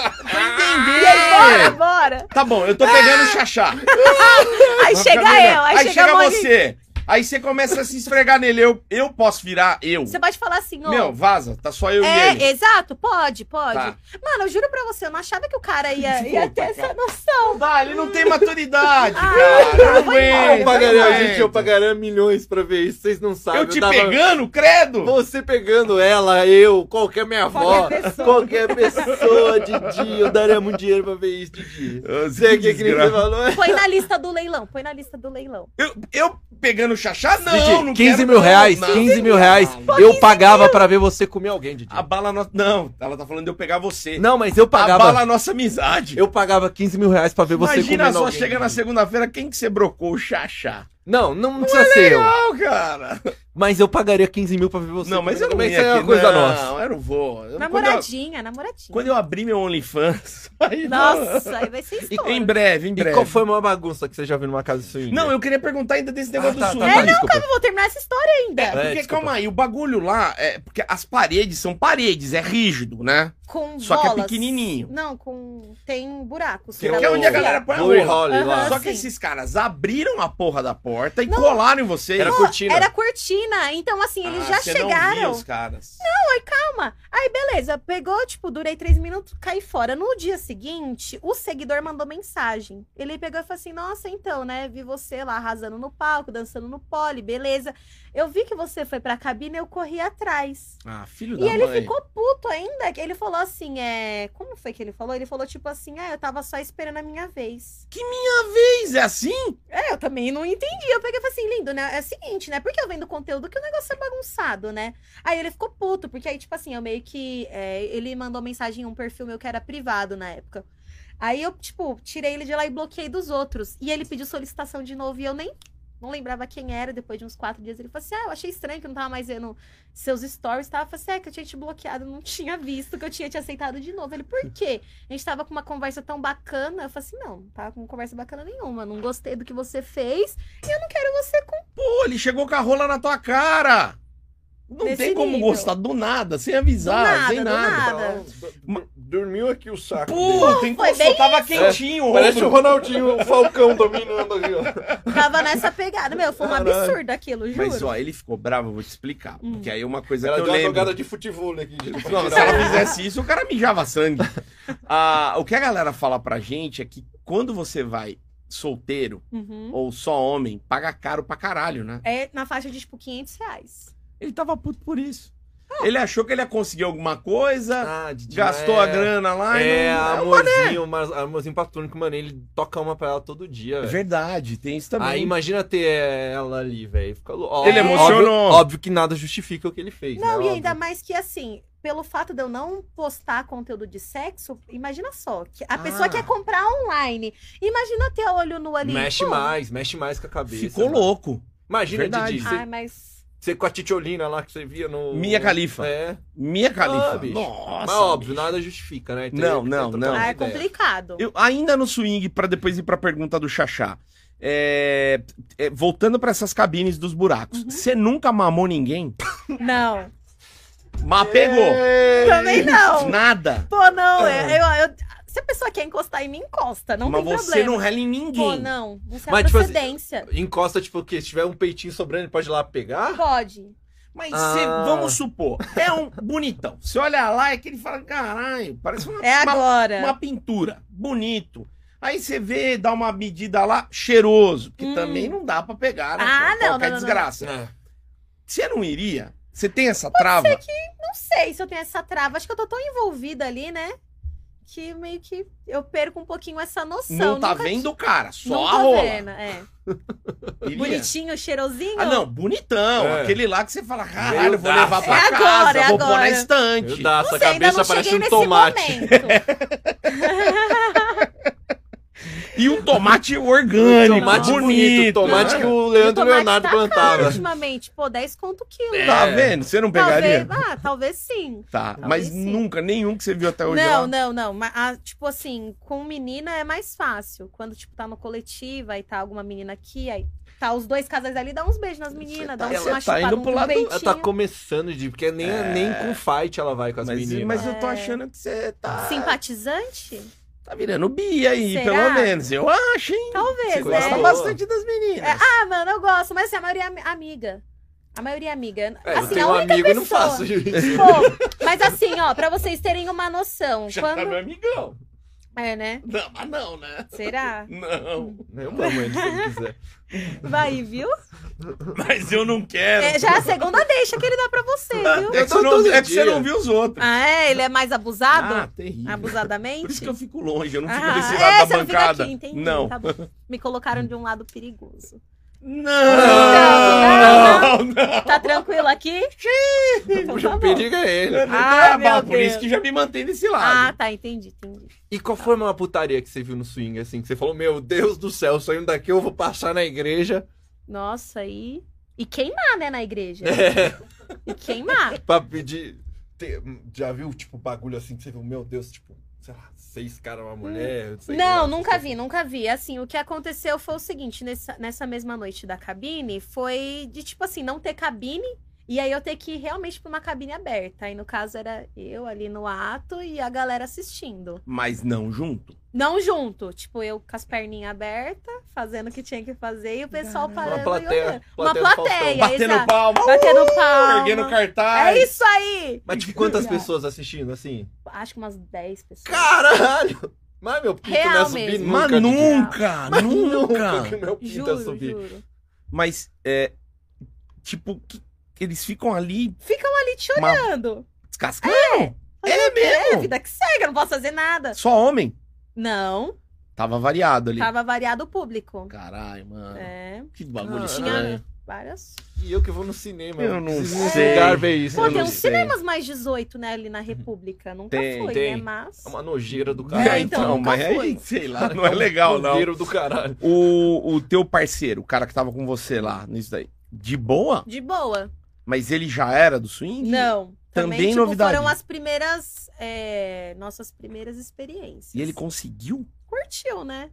E aí, bora, bora.
Tá bom, eu tô pegando o Xaxá.
Aí
Mas,
chega
Camila,
eu, aí, chega, a Moni. você.
você. Aí você começa a se esfregar nele. Eu, eu posso virar eu.
pode falar assim, ô.
Meu, vaza, tá só eu e ele.
é, exato, pode, pode.
Tá.
Mano, eu juro pra você, eu não achava que o cara ia, ia
Puta,
ter
cara.
essa noção.
Não dá, Ah, ele não tem maturidade,
Ah,
cara. Eu não
Eu
aguento. eu não
pagaria, gente, eu
aguento.
pagaria milhões pra ver isso. Vocês não sabem.
Eu te
tava-
pegando, credo?
Você pegando ela, eu, qualquer minha avó,
Qualquer pessoa.
qualquer pessoa, Didi, eu daria muito dinheiro pra ver isso, Didi. Você aqui que nem você falou, é.
Põe na lista do leilão, põe na lista do leilão.
Eu, eu pegando o xaxá? Não,
Didi,
não
15
quero,
mil
não,
reais,
não.
15 mil reais,
Não.
eu pagava pra ver você comer alguém, Didi.
A bala nossa. Não, ela tá falando de eu pegar você.
Não, mas eu
a
pagava,
bala é nossa amizade.
eu pagava 15 mil reais pra ver você
Imagina
comendo
só,
alguém,
chega na
Didi.
segunda-feira, quem que você brocou? O xaxá.
Não, não, não precisa ser eu,
Não, cara.
mas eu pagaria 15 mil pra ver você
não, mas
comendo
eu não
alguém,
ia
isso é
aqui.
uma coisa
não,
nossa.
eu não vou. Eu- quando, eu,
Namoradinha, namoradinha.
quando eu abrir meu OnlyFans... Aí
Nossa, aí vai ser
não-
história.
Em breve, em
E
breve.
qual foi a maior bagunça que você já viu numa casa de swing?
Não, eu queria perguntar ainda desse
Ah,
negócio
tá,
do
tá,
swing.
tá,
É,
desculpa.
Eu não vou terminar essa história ainda.
É.
Porque,
desculpa.
calma aí, o bagulho lá, é, porque as paredes são paredes, é rígido, né?
Com
Só que é
bolas.
pequenininho.
Não, com... Tem um buracos.
Que
pra
Que é onde a
você.
galera põe a
Glory
rola.
Holly lá.
Aham.
Só que
Assim.
esses caras abriram a porra da porta e
Não.
colaram em vocês.
Era cortina.
Era cortina, então assim, eles
Ah,
já
você não via
chegaram.
os caras.
Não, Oi, calma. Aí, beleza. Pegou, tipo, durei três minutos, caí fora. No dia seguinte, o seguidor mandou mensagem. Ele pegou e falou assim: Nossa, então, né? Vi você lá arrasando no palco, dançando no pole, beleza. Eu vi que você foi pra cabine, eu corri atrás.
Ah, filho
E
da
ele
mãe.
ficou puto ainda. que Ele falou assim: É. Como foi que ele falou? Ele falou, tipo assim: Ah, eu tava só esperando a minha vez.
Fez, é assim?
É, eu também não entendi. Eu peguei e falei assim, lindo, né? É o seguinte, né? Porque eu vendo conteúdo que o negócio é bagunçado, né? Aí ele ficou puto, porque aí, tipo assim, eu meio que. é, ele mandou mensagem em um perfil meu que era privado na época. Aí eu, tipo, tirei ele de lá e bloqueei dos outros. E ele pediu solicitação de novo e eu nem. Não lembrava quem era, depois de uns quatro dias ele falou assim: Ah, eu achei estranho que eu não tava mais vendo seus stories. Tava, eu falei assim: É que eu tinha te bloqueado, não tinha visto, que eu tinha te aceitado de novo. Ele, por quê? A gente tava com uma conversa tão bacana. Eu falei assim: Não, não tava com conversa bacana nenhuma. Não gostei do que você fez e eu não quero você com.
Pô, ele chegou com a rola na tua cara. Não
Desse
tem como
nível.
gostar do nada, sem avisar,
Do nada,
sem
do
nada.
nada.
Dormiu aqui o saco.
Pô, tem
foi
como
bem
só tava quentinho, É, o
Parece o
ombro.
Ronaldinho, o Falcão dominando ali, ó.
Tava nessa pegada. Meu, foi um
Caralho.
absurdo aquilo, juro.
Mas ó, ele ficou bravo, eu vou te explicar.
Hum.
Porque aí é uma coisa
Ela
que
deu
eu
uma
lembro.
jogada de futebol aqui. gente, pra
Não, se
tirar
ela
o-
fizesse isso, o cara mijava sangue. Ah, o que a galera fala pra gente é que quando você vai solteiro
Uhum.
ou só homem, paga caro pra caralho, né?
É na faixa de tipo 500 reais.
Ele tava puto por isso. Ele achou que ele ia conseguir alguma coisa,
Ah, Didi,
gastou
é.
a grana lá
É,
e não...
a amorzinho, mas, a amorzinho platônico, mano, ele toca uma pra ela todo dia. velho.
Verdade, tem isso também.
Aí imagina ter ela ali, velho. Fica lou- ó,
Ele
É.
emocionou.
Óbvio, óbvio que nada justifica o que ele fez.
Não,
né?
e
Óbvio.
ainda mais que assim, pelo fato de eu não postar conteúdo de sexo, imagina só, que a
Ah.
pessoa quer comprar online. Imagina ter olho nu ali.
Mexe
pô.
mais, mexe mais com a cabeça. né?
Ficou
mano.
louco.
Imagina,
Verdade.
Didi,
Ai,
você,
mas.
você com a titiolina lá que você via no.
Minha Califa.
É.
Minha Califa.
Ah, bicho.
Nossa.
Mas óbvio,
bicho.
nada justifica, né?
Não,
que
não,
trocar
não.
uma
Ah, é
ideia.
complicado.
Eu- ainda no swing, pra depois ir pra pergunta do Xaxá. É, é, voltando pra essas cabines dos buracos.
Uhum.
Você nunca mamou ninguém?
Não.
Mas pegou.
Ei!
É, Também não.
Nada.
Pô, não. é- eu- eu- se a pessoa quer encostar em mim, encosta. Não
mas
tem
você
problema.
não rela em ninguém.
Pô, não. Isso é
Mas, tipo assim,
procedência.
Encosta, tipo, o quê? Se tiver um peitinho sobrando, ele pode ir lá pegar?
Pode.
Mas você,
Ah.
vamos supor, é um bonitão. Você olha lá é que ele fala, caralho, parece uma,
É
uma-
agora.
uma pintura. Bonito. Aí você vê, dá uma medida lá, cheiroso. Que
Hum.
também não dá pra pegar, né?
Ah, não,
Qualquer
não, não, não.
desgraça.
É.
Você não iria? Você tem essa trava?
Não sei se eu tenho essa trava. Acho que eu tô tão envolvida ali, né? Que meio que eu perco um pouquinho essa noção.
Não tá
Nunca
vendo o cara, só
Não
a
tô
rola.
vendo, é.
Iria?
Bonitinho, cheirosinho.
Ah, não, bonitão.
É.
Aquele lá que você fala, caralho, eu vou
dar.
levar pra
É
casa,
agora, é
vou pôr na
agora.
estante.
Eu dá,
Não
sua
sei, ainda
cabeça
não
parece
cheguei
um
nesse
tomate.
momento.
E um tomate orgânico,
Tomate bonito,
Um bonito.
tomate
né?
que o
E o
Leandro
tomate
Leonardo
tá
plantava.
caro ultimamente. Pô, 10 conto o quilo.
Tá vendo? Você não pegaria?
Talvez, ah, talvez sim.
Tá,
Talvez
mas
sim.
nunca, nenhum que você viu até hoje
Não,
lá.
não, não. Mas, ah, tipo assim, com menina é mais fácil. Quando, tipo, tá no coletivo, aí tá alguma menina aqui, aí tá os dois casais ali, dá uns beijos nas meninas,
tá-
dá uns
ela tá indo
machucados,
pro
um
lado-
Ela
peitinho.
tá começando de porque nem, nem com fight ela vai com as
Mas,
meninas.
mas eu
É.
tô achando que você tá.
Simpatizante?
Tá virando bi aí,
Será?
pelo menos. Eu acho, hein?
Talvez,
Você
Você
né?
gosta
É.
bastante das meninas.
Ah, mano, eu gosto, mas assim, a maioria é am- amiga. A maioria é amiga.
É, eu
assim, a
tenho um
única
amigo
pessoa.
e não faço isso.
Pô, mas assim, ó, pra vocês terem uma noção.
Já tá
quando...
meu amigão.
É, né?
Não, mas não, né?
Será?
Não.
Né? Eu mamo ele se ele quiser.
Vai, viu?
Mas eu não quero.
É, já é a segunda deixa que ele dá pra você, viu?
É que, você
Eu tô
não,
todo
é que você
dia.
não viu os outros. Ah,
Ah, é? Ele é mais abusado?
terrível. Por
Abusadamente?
isso que eu fico longe, eu não fico
Ah,
desse
é,
lado da
você não fica
bancada.
aqui, entendi.
não.
tá bom. Me colocaram de um lado perigoso.
Não! Não!
Tá tranquilo aqui? Então tá
o
bom.
perigo é ele.
Ai,
mas
Ah, meu
por isso
Deus.
que já me mantém desse
Ah,
lado.
tá, entendi, entendi.
E qual foi uma putaria que você viu no swing, assim? Que você falou, meu Deus do céu, saindo daqui eu vou passar na igreja
Nossa, e... E queimar, né, na igreja.
é,
E queimar.
pra pedir... Te- Já viu, tipo, bagulho assim que você viu, meu Deus, tipo, sei lá, seis caras, uma mulher... sei lá,
Hum.
é.
Não, nunca
essas
vi, nunca vi. Assim, o que aconteceu foi o seguinte: nessa, nessa mesma noite da cabine, foi de tipo assim, não ter cabine E aí eu ter que ir realmente pra uma cabine aberta. Aí no caso era eu ali no ato e a galera assistindo.
Mas não junto.
Não junto, tipo eu com as perninhas abertas, fazendo o que tinha que fazer e o pessoal
Caralho.
parando.
Uma
e
plateia,
olhando.
plateia
Uma
do
plateia,
Batendo
exato.
palma, uh,
Batendo palma.
erguendo cartaz.
É isso aí!
Mas tipo, quantas
Já.
pessoas assistindo assim?
Acho que umas 10 pessoas.
Caralho! Mas meu pinto não
Real
ia subir
mesmo.
Mas
nunca. Didi.
nunca,
Mas
nunca.
que meu pinto ia
Juro,
subir.
juro.
Mas é. Tipo, que- eles ficam ali
Ficam ali te olhando.
descascando. É, mesmo.
É, vida que segue, eu não posso fazer nada.
Só homem.
Não,
Tava variado ali. Ah.
tava variado o público.
Caralho, mano.
É,
Que bagulho
Caralho.
estranho.
várias.
E eu que vou no cinema.
Eu não
preciso ir num
sei.
lugar ver isso.
Pô,
eu
tem
não
uns
sei.
cinemas mais 18, né, ali na República. Nunca
Tem,
foi,
tem.
né? Mas.
É uma nojeira do caralho.
É,
É, então,
então,
nunca
mas aí,
foi.
sei lá, não é
um
legal, não.
Nojeiro do caralho.
O, o teu parceiro, o cara que tava com você lá, nisso daí, de boa?
De boa.
Mas ele já era do swing?
Não. Também,
Também
tipo,
novidade.
foram as primeiras. é, nossas primeiras experiências.
E ele conseguiu?
curtiu, né?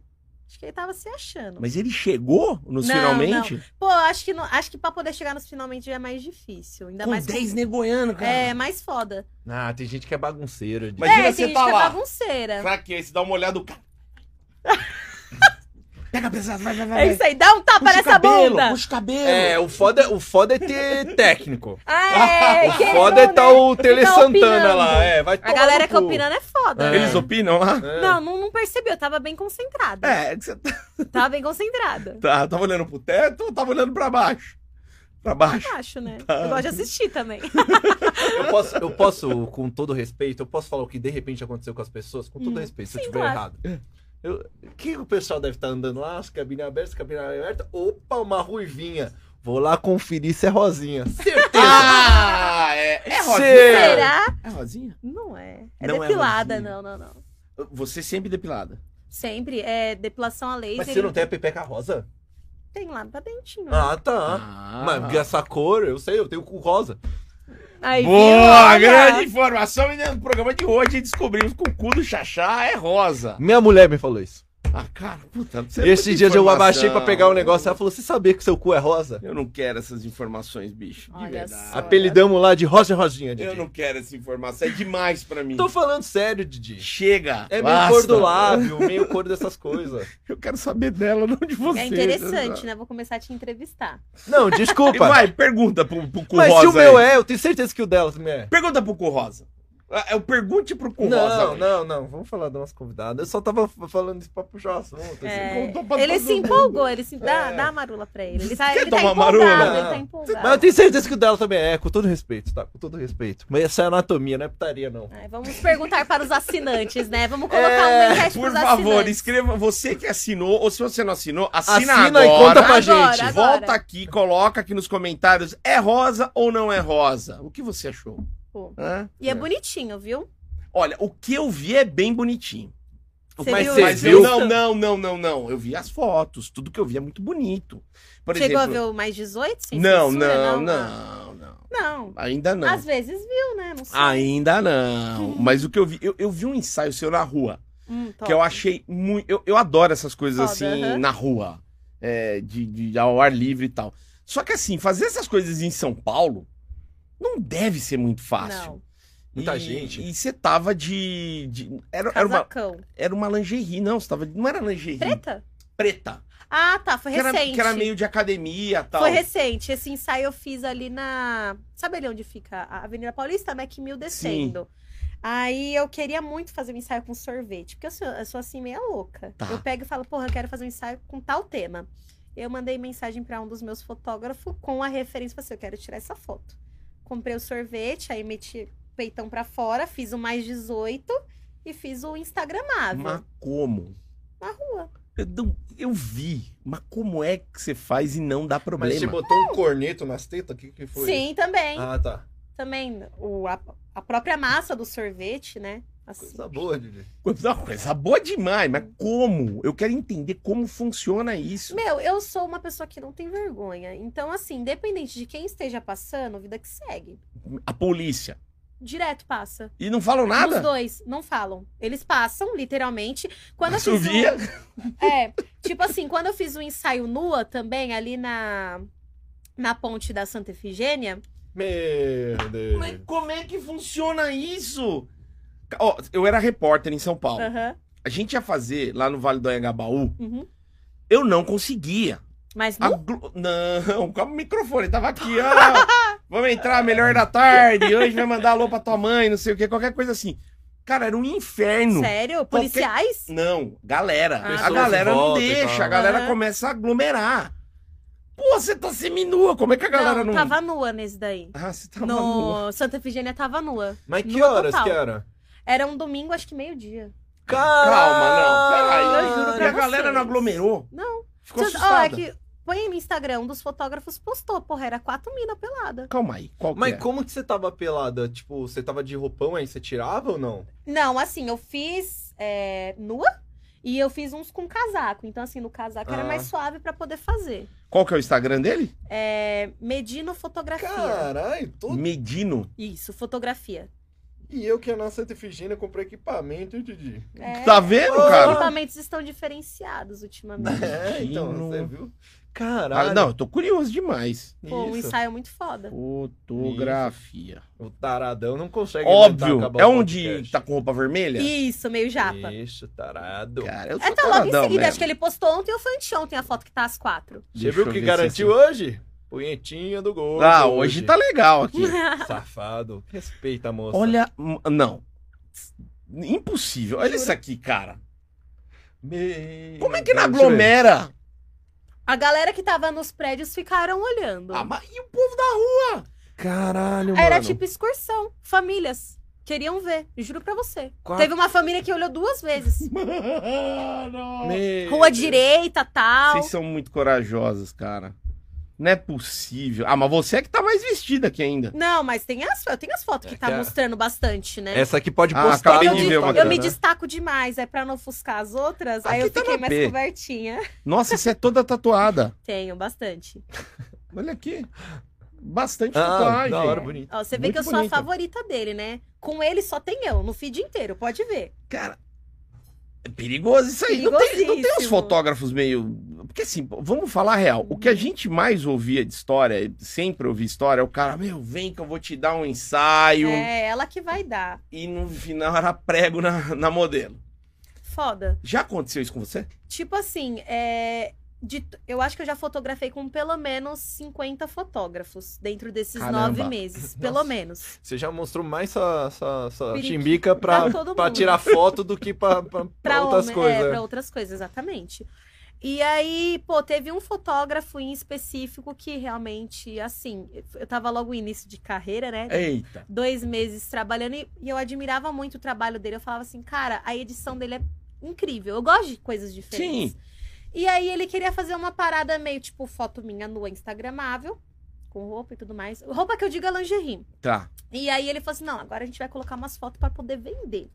Acho que ele tava se achando.
Mas ele chegou nos
Não,
finalmente?
Pô, acho que, não- acho que pra poder chegar nos finalmente já é mais difícil. Ainda mais.
Com 10 negoiano, cara.
É, mais foda.
Ah, tem gente que é bagunceira. Didi.
Mas- Imagina
é,
você
tem gente
tá
que
lá.
é bagunceira.
Craquei, se dá uma olhada do cara. Pega pesado, vai, vai, vai.
É
vai.
isso aí, dá um tapa
Puxa o
nessa
cabelo,
bunda.
Puxa o cabelo.
É, o foda, o foda é ter técnico.
Ah, é,
o
quem
foda é
não,
tá
né?
o Tele
Fica
Santana
opinando.
lá. É, vai
A
tomar
galera
no
que
cu.
opinando é foda. né?
Eles opinam ah. lá?
É.
Não, não, não percebi, eu tava bem concentrada.
É, é que você tá-
Tava bem concentrada.
tá, tava olhando pro teto ou tava olhando pra baixo? Pra baixo.
Acho, né?
Tá.
Eu gosto de assistir também.
Eu posso, eu posso, com todo respeito, eu posso falar o que de repente aconteceu com as pessoas, com todo
Hum,
respeito, se eu
sim,
estiver
claro.
errado. Eu- O que o pessoal deve estar andando lá? As cabines abertas, as cabines abertas. Opa, uma ruivinha. Vou lá conferir se é rosinha. Certeza.
Ah, é. É rosinha.
Cê-
Será?
É rosinha?
Não é. É
Não é
depilada,
rosinha.
não, não, não.
Você sempre depilada.
Sempre é depilação a laser.
Mas você não tem a pepeca rosa?
Tem lá pra dentinho. né?
Ah, tá. Mas essa cor, eu sei, eu tenho cu rosa.
Aí, viu?
Boa,
Olha.
grande informação. E no programa de hoje descobrimos que o cu do Xaxá é rosa.
Minha mulher me falou isso.
Ah, cara, puta. você é
Esse
muita
dia eu
informação.
abaixei pra pegar um negócio, ela falou, você sabia que seu cu é rosa?
Eu não quero essas informações, bicho. De
Olha
verdade.
só.
Apelidamos lá de Rosa e Rosinha, Didi.
Eu não quero essa informação. É demais pra mim.
Tô falando sério, Didi.
Chega.
É meio
basta.
cor do lábio, meio cor dessas coisas.
Eu quero saber dela, não de você.
É interessante, né? Vou começar a te entrevistar.
Não,
E
desculpa.
vai, pergunta pro, pro cu
Mas
rosa.
se o meu
aí.
é, eu tenho certeza que o dela também é.
Pergunta pro cu rosa. Ah, Eu pergunte pro cu rosa.
Não,
hoje.
não, não. Vamos falar da nossa convidada. Eu só tava f- falando isso pra puxar o assunto. assim.
É,
contou pra
ele
todo
se
mundo.
empolgou, ele se dá,
É.
dá a marula pra ele. Ele tá,
Quer
ele tá
tomar
empolgado,
marula?
ele tá
Mas eu
empolgado.
tenho certeza que o dela também é, com todo respeito, tá? Com todo respeito. Mas essa é anatomia, não é putaria, não.
Ai, vamos perguntar para os assinantes, né? Vamos colocar uma enquete
É, Por
pros
favor,
assinantes.
escreva você que assinou, ou se você não assinou, assina,
Assina
agora.
e conta pra
Agora,
gente.
agora.
Volta aqui, coloca aqui nos comentários, é rosa ou não é rosa? O que você achou?
Pô.
Hã?
E é bonitinho, viu?
Olha, o que eu vi é bem bonitinho.
Você
Mas
viu
você
Mas
isso?
eu
viu?
não, não, não, não, não. Eu vi as fotos, tudo que eu vi é muito bonito. Por
Chegou a
exemplo,
ver o mais 18? Sem
não,
censura?
não, não, não.
Não.
Ainda não. Ah,
Às vezes viu, né? Não sei.
Ainda não. Mas o que eu vi, eu, eu vi um ensaio seu na rua,
Hum, top.
que eu achei muito. Eu, eu adoro essas coisas
Foda,
assim,
aham.
na rua, é, de, de- ao ar livre e tal. Só que assim, fazer essas coisas em São Paulo não deve ser muito fácil.
Não,
Muita
E-
gente.
E você tava de. de- era, era, uma,
casacão.
era uma lingerie, não. Você tava, não era lingerie.
Preta?
Preta.
Ah, tá, foi
Que era,
recente.
que era meio de academia e tal.
Foi recente. Esse ensaio eu fiz ali na. Sabe ali onde fica a Avenida Paulista? Macmill descendo. Aí eu queria muito fazer um ensaio com sorvete, porque eu sou, eu sou assim, meia louca.
Tá.
Eu pego e falo, porra, eu quero fazer um ensaio com tal tema. Eu mandei mensagem pra um dos meus fotógrafos com a referência, falei assim, eu quero tirar essa foto. Comprei o sorvete, aí meti o peitão pra fora, fiz o mais 18 e fiz o Instagramável
Mas como?
na rua.
Eu, não- eu vi. Mas como é que você faz e não dá problema?
Mas você botou um corneto nas tetas? O que, que foi?
Sim, também.
Ah, tá.
Também o, a, a própria massa do sorvete, né? Assim.
Coisa boa, Didi.
Coisa, coisa boa demais, mas como? Eu quero entender como funciona isso.
Meu, eu sou uma pessoa que não tem vergonha. Então, assim, independente de quem esteja passando, vida que segue.
A polícia.
Direto passa.
E não falam
Os
nada?
dois não falam. Eles passam, literalmente. Quando eu
Isso eu
fiz
via.
o- É. Tipo assim, quando eu fiz o ensaio nua também, ali na, na ponte da Santa Efigênia,
Meu Deus.
Mas como é que funciona isso? Ó, eu era repórter em São Paulo.
Aham,
A gente ia fazer lá no Vale do Anhangabaú,
uhum.
eu não conseguia.
Mas
A
não
Glo- Não, calma o microfone, tava aqui, ó. Vamos entrar, melhor da tarde. Hoje vai mandar alô pra tua mãe, não sei o que, qualquer coisa assim. Cara, era um inferno.
Sério?
Qualquer-
Policiais?
Não, galera. a
Pessoas
galera
em
não
volta e
deixa,
tal.
a galera
Aham. começa
começa a aglomerar. Pô, você tá seminua, como é que a galera não.
não, tava nua nesse daí.
Ah, você tava nua.
No Santa Efigênia tava nua.
Mas que
Nua
horas
total.
que era?
Era um domingo, acho que meio-dia.
Calma, não. Peraí,
eu juro
E a
pra
galera
vocês.
não aglomerou?
Não.
Ficou
Vocês- ó,
assustada.
é que põe no Instagram, um dos fotógrafos postou, porra, era quatro mina pelada.
Calma aí, qual que
Mas
é?
como que você tava pelada? Tipo, você tava de roupão aí, você tirava ou não?
Não, assim, eu fiz é, nua e eu fiz uns com casaco. Então, assim, no casaco era
Ah.
mais suave pra poder fazer.
Qual que é o Instagram dele?
É, Medino Fotografia.
Caralho, todo...
Medino.
Isso, fotografia.
E eu que é na Santa Efigênia comprei equipamento, hein, Didi?
É,
Tá vendo,
Ô,
Os
cara?
equipamentos estão diferenciados ultimamente.
É, então,
Imagino.
você viu?
Ah,
Caralho.
não, eu tô curioso demais.
Pô, um
Isso.
ensaio muito foda.
Fotografia.
O taradão não consegue
Óbvio.
aguentar acabar
É
o
onde
podcast.
tá com roupa vermelha?
Isso, meio japa.
Isso, tarado.
Cara, eu sou
É, tá logo em
taradão
seguida.
mesmo.
Acho que ele postou ontem ou foi anteontem a foto que tá às quatro.
Você
Deixa
viu o
eu
que
ver
garantiu
se
hoje? Punhetinha do gol.
esse- Ah, hoje tá legal aqui.
Safado. Respeita, moça.
Olha, hum, não. Impossível. Olha isso aqui, cara.
Meu
Como é que na
Deus, deixa eu ver.
aglomera?
a galera que tava nos prédios ficaram olhando.
Ah, mas e o povo da rua?
Caralho, mano.
Era tipo excursão. Famílias queriam ver, juro pra você.
Ah.
Qua-
Teve uma família que olhou duas vezes.
Mano!
Meu
um Rua
Deus.
direita, tal.
Vocês são muito corajosos, cara. Não é possível. Ah, mas você é que tá mais vestida aqui ainda.
Não, mas tem as, eu tenho as fotos que
É
tá
que a-
mostrando bastante, né?
Essa aqui pode
Ah,
postar.
acabei
Eu,
no
de
me-
ver uma
Instagram,
eu me
né?
destaco demais, é pra não ofuscar as outras. aí
Aqui
eu
tá
fiquei
na
mais
B.
cobertinha.
Nossa, você é toda tatuada.
Tenho bastante.
Olha aqui. Bastante
Ah,
tatuagem.
da hora, bonito.
Ó, você vê
Muito
que eu sou a
bonita.
favorita dele, né? Com ele só tem eu, no feed inteiro, pode ver.
Cara, é perigoso isso aí. Não tem, não tem uns
Perigosíssimo.
fotógrafos meio. Porque assim, vamos falar a real. O que
Uhum.
a gente mais ouvia de história, sempre ouvi história, é o cara, meu, vem que eu vou te dar um ensaio.
É ela que vai dar.
E no final era prego na, na modelo.
Foda.
Já aconteceu isso com você?
Tipo assim, é, de t- eu acho que eu já fotografei com pelo menos 50 fotógrafos dentro desses
Caramba.
nove meses. Pelo
Nossa.
menos.
Você já mostrou mais sua, sua, sua
Periquito.
chimbica pra,
Pra todo
pra
mundo.
tirar foto do que pra, pra, pra
Pra
outras
homem-
coisas. né?
É, pra outras coisas, exatamente. E aí, pô, teve um fotógrafo em específico que realmente, assim, eu tava logo no início de carreira, né?
Eita.
dois meses trabalhando e, e eu admirava muito o trabalho dele. Eu falava assim, cara, a edição dele é incrível. Eu gosto de coisas diferentes.
Sim.
E aí ele queria fazer uma parada meio tipo foto minha nua instagramável, com roupa e tudo mais. Roupa que eu diga lingerie.
Tá.
E aí ele falou assim: "Não, agora a gente vai colocar umas fotos pra poder vender".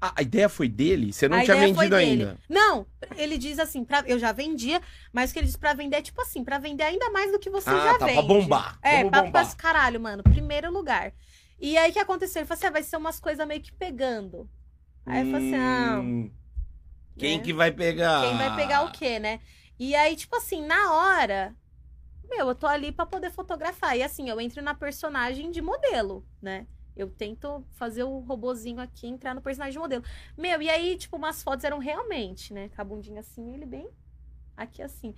A, a ideia foi dele? Você não
A
tinha
ideia foi
vendido
dele.
ainda.
Não, ele diz assim, pra, eu já vendia, mas o que ele diz pra vender é tipo assim, pra vender ainda mais do que você
ah,
já
tá.
vende.
Pra bombar.
É,
Vamos
papo
bombar.
pra caralho, mano. Primeiro lugar. E aí o que aconteceu? Ele falou assim: ah, vai ser umas coisas meio que pegando. Aí eu falei assim: ah,
Hum, Quem
né?
que vai pegar?
quem vai pegar o quê, né? E aí, tipo assim, na hora, meu, eu tô ali pra poder fotografar. E assim, eu entro na personagem de modelo, né? Eu tento fazer o robozinho aqui entrar no personagem de modelo. Meu, e aí, tipo, umas fotos eram realmente, né? Com a bundinha assim, ele bem aqui assim.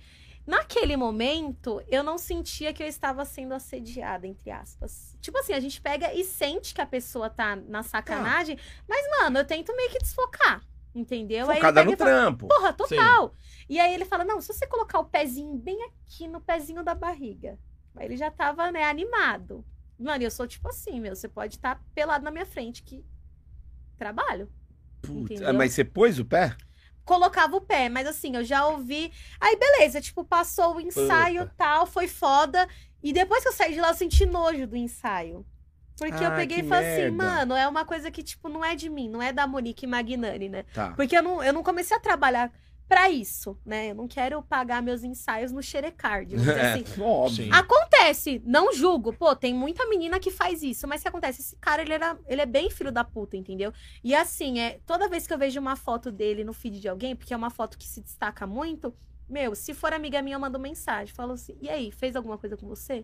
Naquele momento, eu não sentia que eu estava sendo assediada, entre aspas. Tipo assim, a gente pega e sente que a pessoa tá na sacanagem, mas, mano, eu tento meio que desfocar, entendeu? Aí ele
Focada
pega
no
e fala,
trampo.
Porra, total. E aí ele fala: não, se você colocar o pezinho bem aqui no pezinho da barriga. Aí ele já tava, né, animado. Mano, eu sou tipo assim, meu. Você pode estar pelado na minha frente, que trabalho.
Putz,
Entendeu?
mas você pôs o pé?
Colocava o pé, mas assim, eu já ouvi. Aí beleza, tipo, passou o ensaio
Puta.
tal, foi foda. E depois que eu saí de lá, eu senti nojo do ensaio. Porque eu
Ah,
peguei e
que
falei assim,
merda.
mano, é uma coisa que, tipo, não é de mim, não é da Monique Magnani, né?
Tá.
Porque eu não, eu não comecei a trabalhar pra isso, né? Eu não quero pagar meus ensaios no xerecard. vamos dizer assim.
É, óbvio.
Sim.
Acontece, não julgo. Pô, tem muita menina que faz isso, mas o que acontece? Esse cara, ele, era, ele é bem filho da puta, entendeu? E assim, é, toda vez que eu vejo uma foto dele no feed de alguém, porque é uma foto que se destaca muito, meu, se for amiga minha, eu mando mensagem. Falo assim, e aí, fez alguma coisa com você?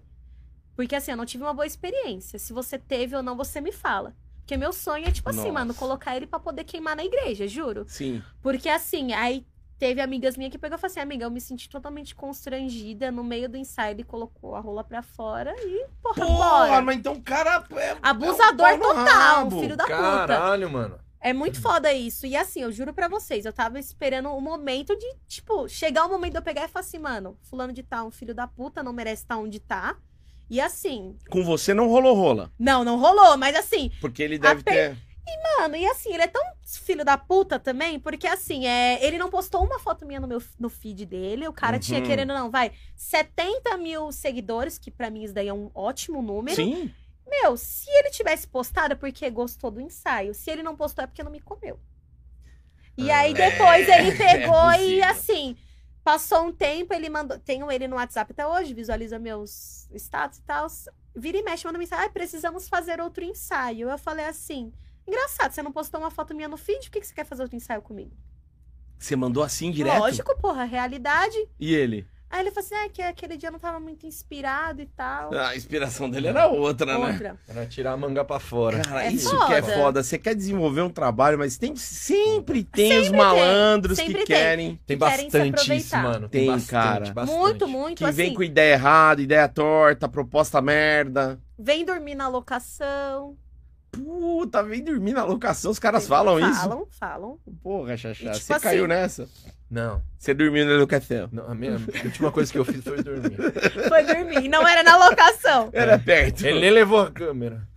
Porque assim, eu não tive uma boa experiência. Se você teve ou não, você me fala. Porque meu sonho é, tipo assim,
Nossa.
mano, colocar ele pra poder queimar na igreja, juro.
Sim.
Porque assim, aí teve amigas minhas que pegou e falou assim, amiga, eu me senti totalmente constrangida no meio do ensaio, ele colocou a rola pra fora e,
Porra,
porra, bora.
mas então o cara é- é, um
Abusador
pau no
total,
rabo.
filho da puta.
Caralho, mano.
É muito foda isso. E assim, eu juro pra vocês, eu tava esperando o momento de, tipo, chegar o momento de eu pegar e falar assim, mano, fulano de tal, é um filho da puta, não merece estar onde tá. E assim,
Com você não rolou rola.
não, não rolou, mas assim,
Porque ele deve
Ape-
ter.
mano, e assim, ele é tão filho da puta também, porque assim, é, ele não postou uma foto minha no meu no feed dele, o cara tinha
Uhum.
querendo, não, vai, 70 mil seguidores, que pra mim isso daí é um ótimo número.
Sim.
Meu, se ele tivesse postado é porque gostou do ensaio. Se ele não postou é porque não me comeu. E
Ah,
aí depois ele pegou
é
e
possível.
assim, passou um tempo, ele mandou. Tenho ele no WhatsApp até hoje, visualiza meus status e tal. Vira e mexe, manda mensagem. Ah, precisamos fazer outro ensaio. Eu falei assim: engraçado, você não postou uma foto minha no feed, por que que você quer fazer outro ensaio comigo?
Você mandou assim direto?
Lógico, porra, realidade.
E ele?
Aí ele falou assim: é que aquele dia eu não tava muito inspirado e tal.
Ah, a inspiração dele era outra, né?
Outra.
Era tirar a manga pra fora.
Cara,
É
isso
foda.
que é foda. Você quer desenvolver um trabalho, mas tem, sempre tem os malandros
Sempre
que
tem. Tipo
querem.
Tem
Querem se
bastante isso,
aproveitar.
mano.
Tem,
bastante,
cara.
bastante.
Muito, muito.
Que
assim,
vem com ideia errada, ideia torta, proposta merda.
vem dormir na locação.
Puta, vem dormir na locação, os caras falam, isso.
Falam, falam.
Porra, Xaxá,
E, tipo,
você
assim-
caiu nessa.
Não,
Você dormiu na locação.
não, a minha a última coisa que eu fiz foi dormir.
Foi dormir. Não era na locação.
Era perto.
Ele nem levou a câmera.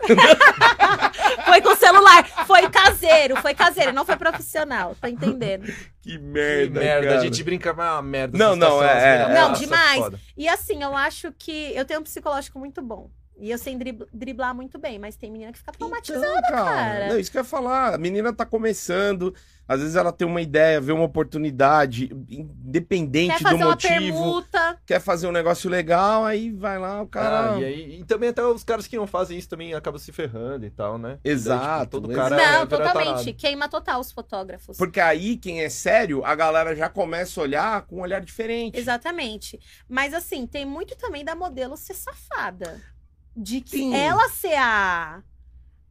Foi com o celular. Foi caseiro, foi caseiro. Não foi profissional. Tá entendendo?
Que
Que
merda,
merda,
cara.
a gente brinca, mas é uma merda.
Não,
Vocês
não,
estão
é,
sendo as
é,
Não,
melhores.
demais.
Foda.
E assim, eu acho que eu tenho um psicológico muito bom. E eu sei drib- driblar muito bem, mas tem menina que fica traumatizada.
Então,
cara.
Não, isso que eu ia falar. A menina tá começando, às vezes ela tem uma ideia, vê uma oportunidade,
Quer
independente do
fazer uma
motivo,
permuta.
quer fazer um negócio legal, aí vai lá, o cara.
Ah, e, aí, e também até os caras que não fazem isso também acabam se ferrando e tal, né?
Exato,
todo
exato.
cara
não,
é vira
totalmente.
tarado.
Queima total os fotógrafos.
Porque aí, quem é sério, a galera já começa a olhar com um olhar diferente.
Exatamente. Mas assim, tem muito também da modelo ser safada. De que
Sim.
ela ser a,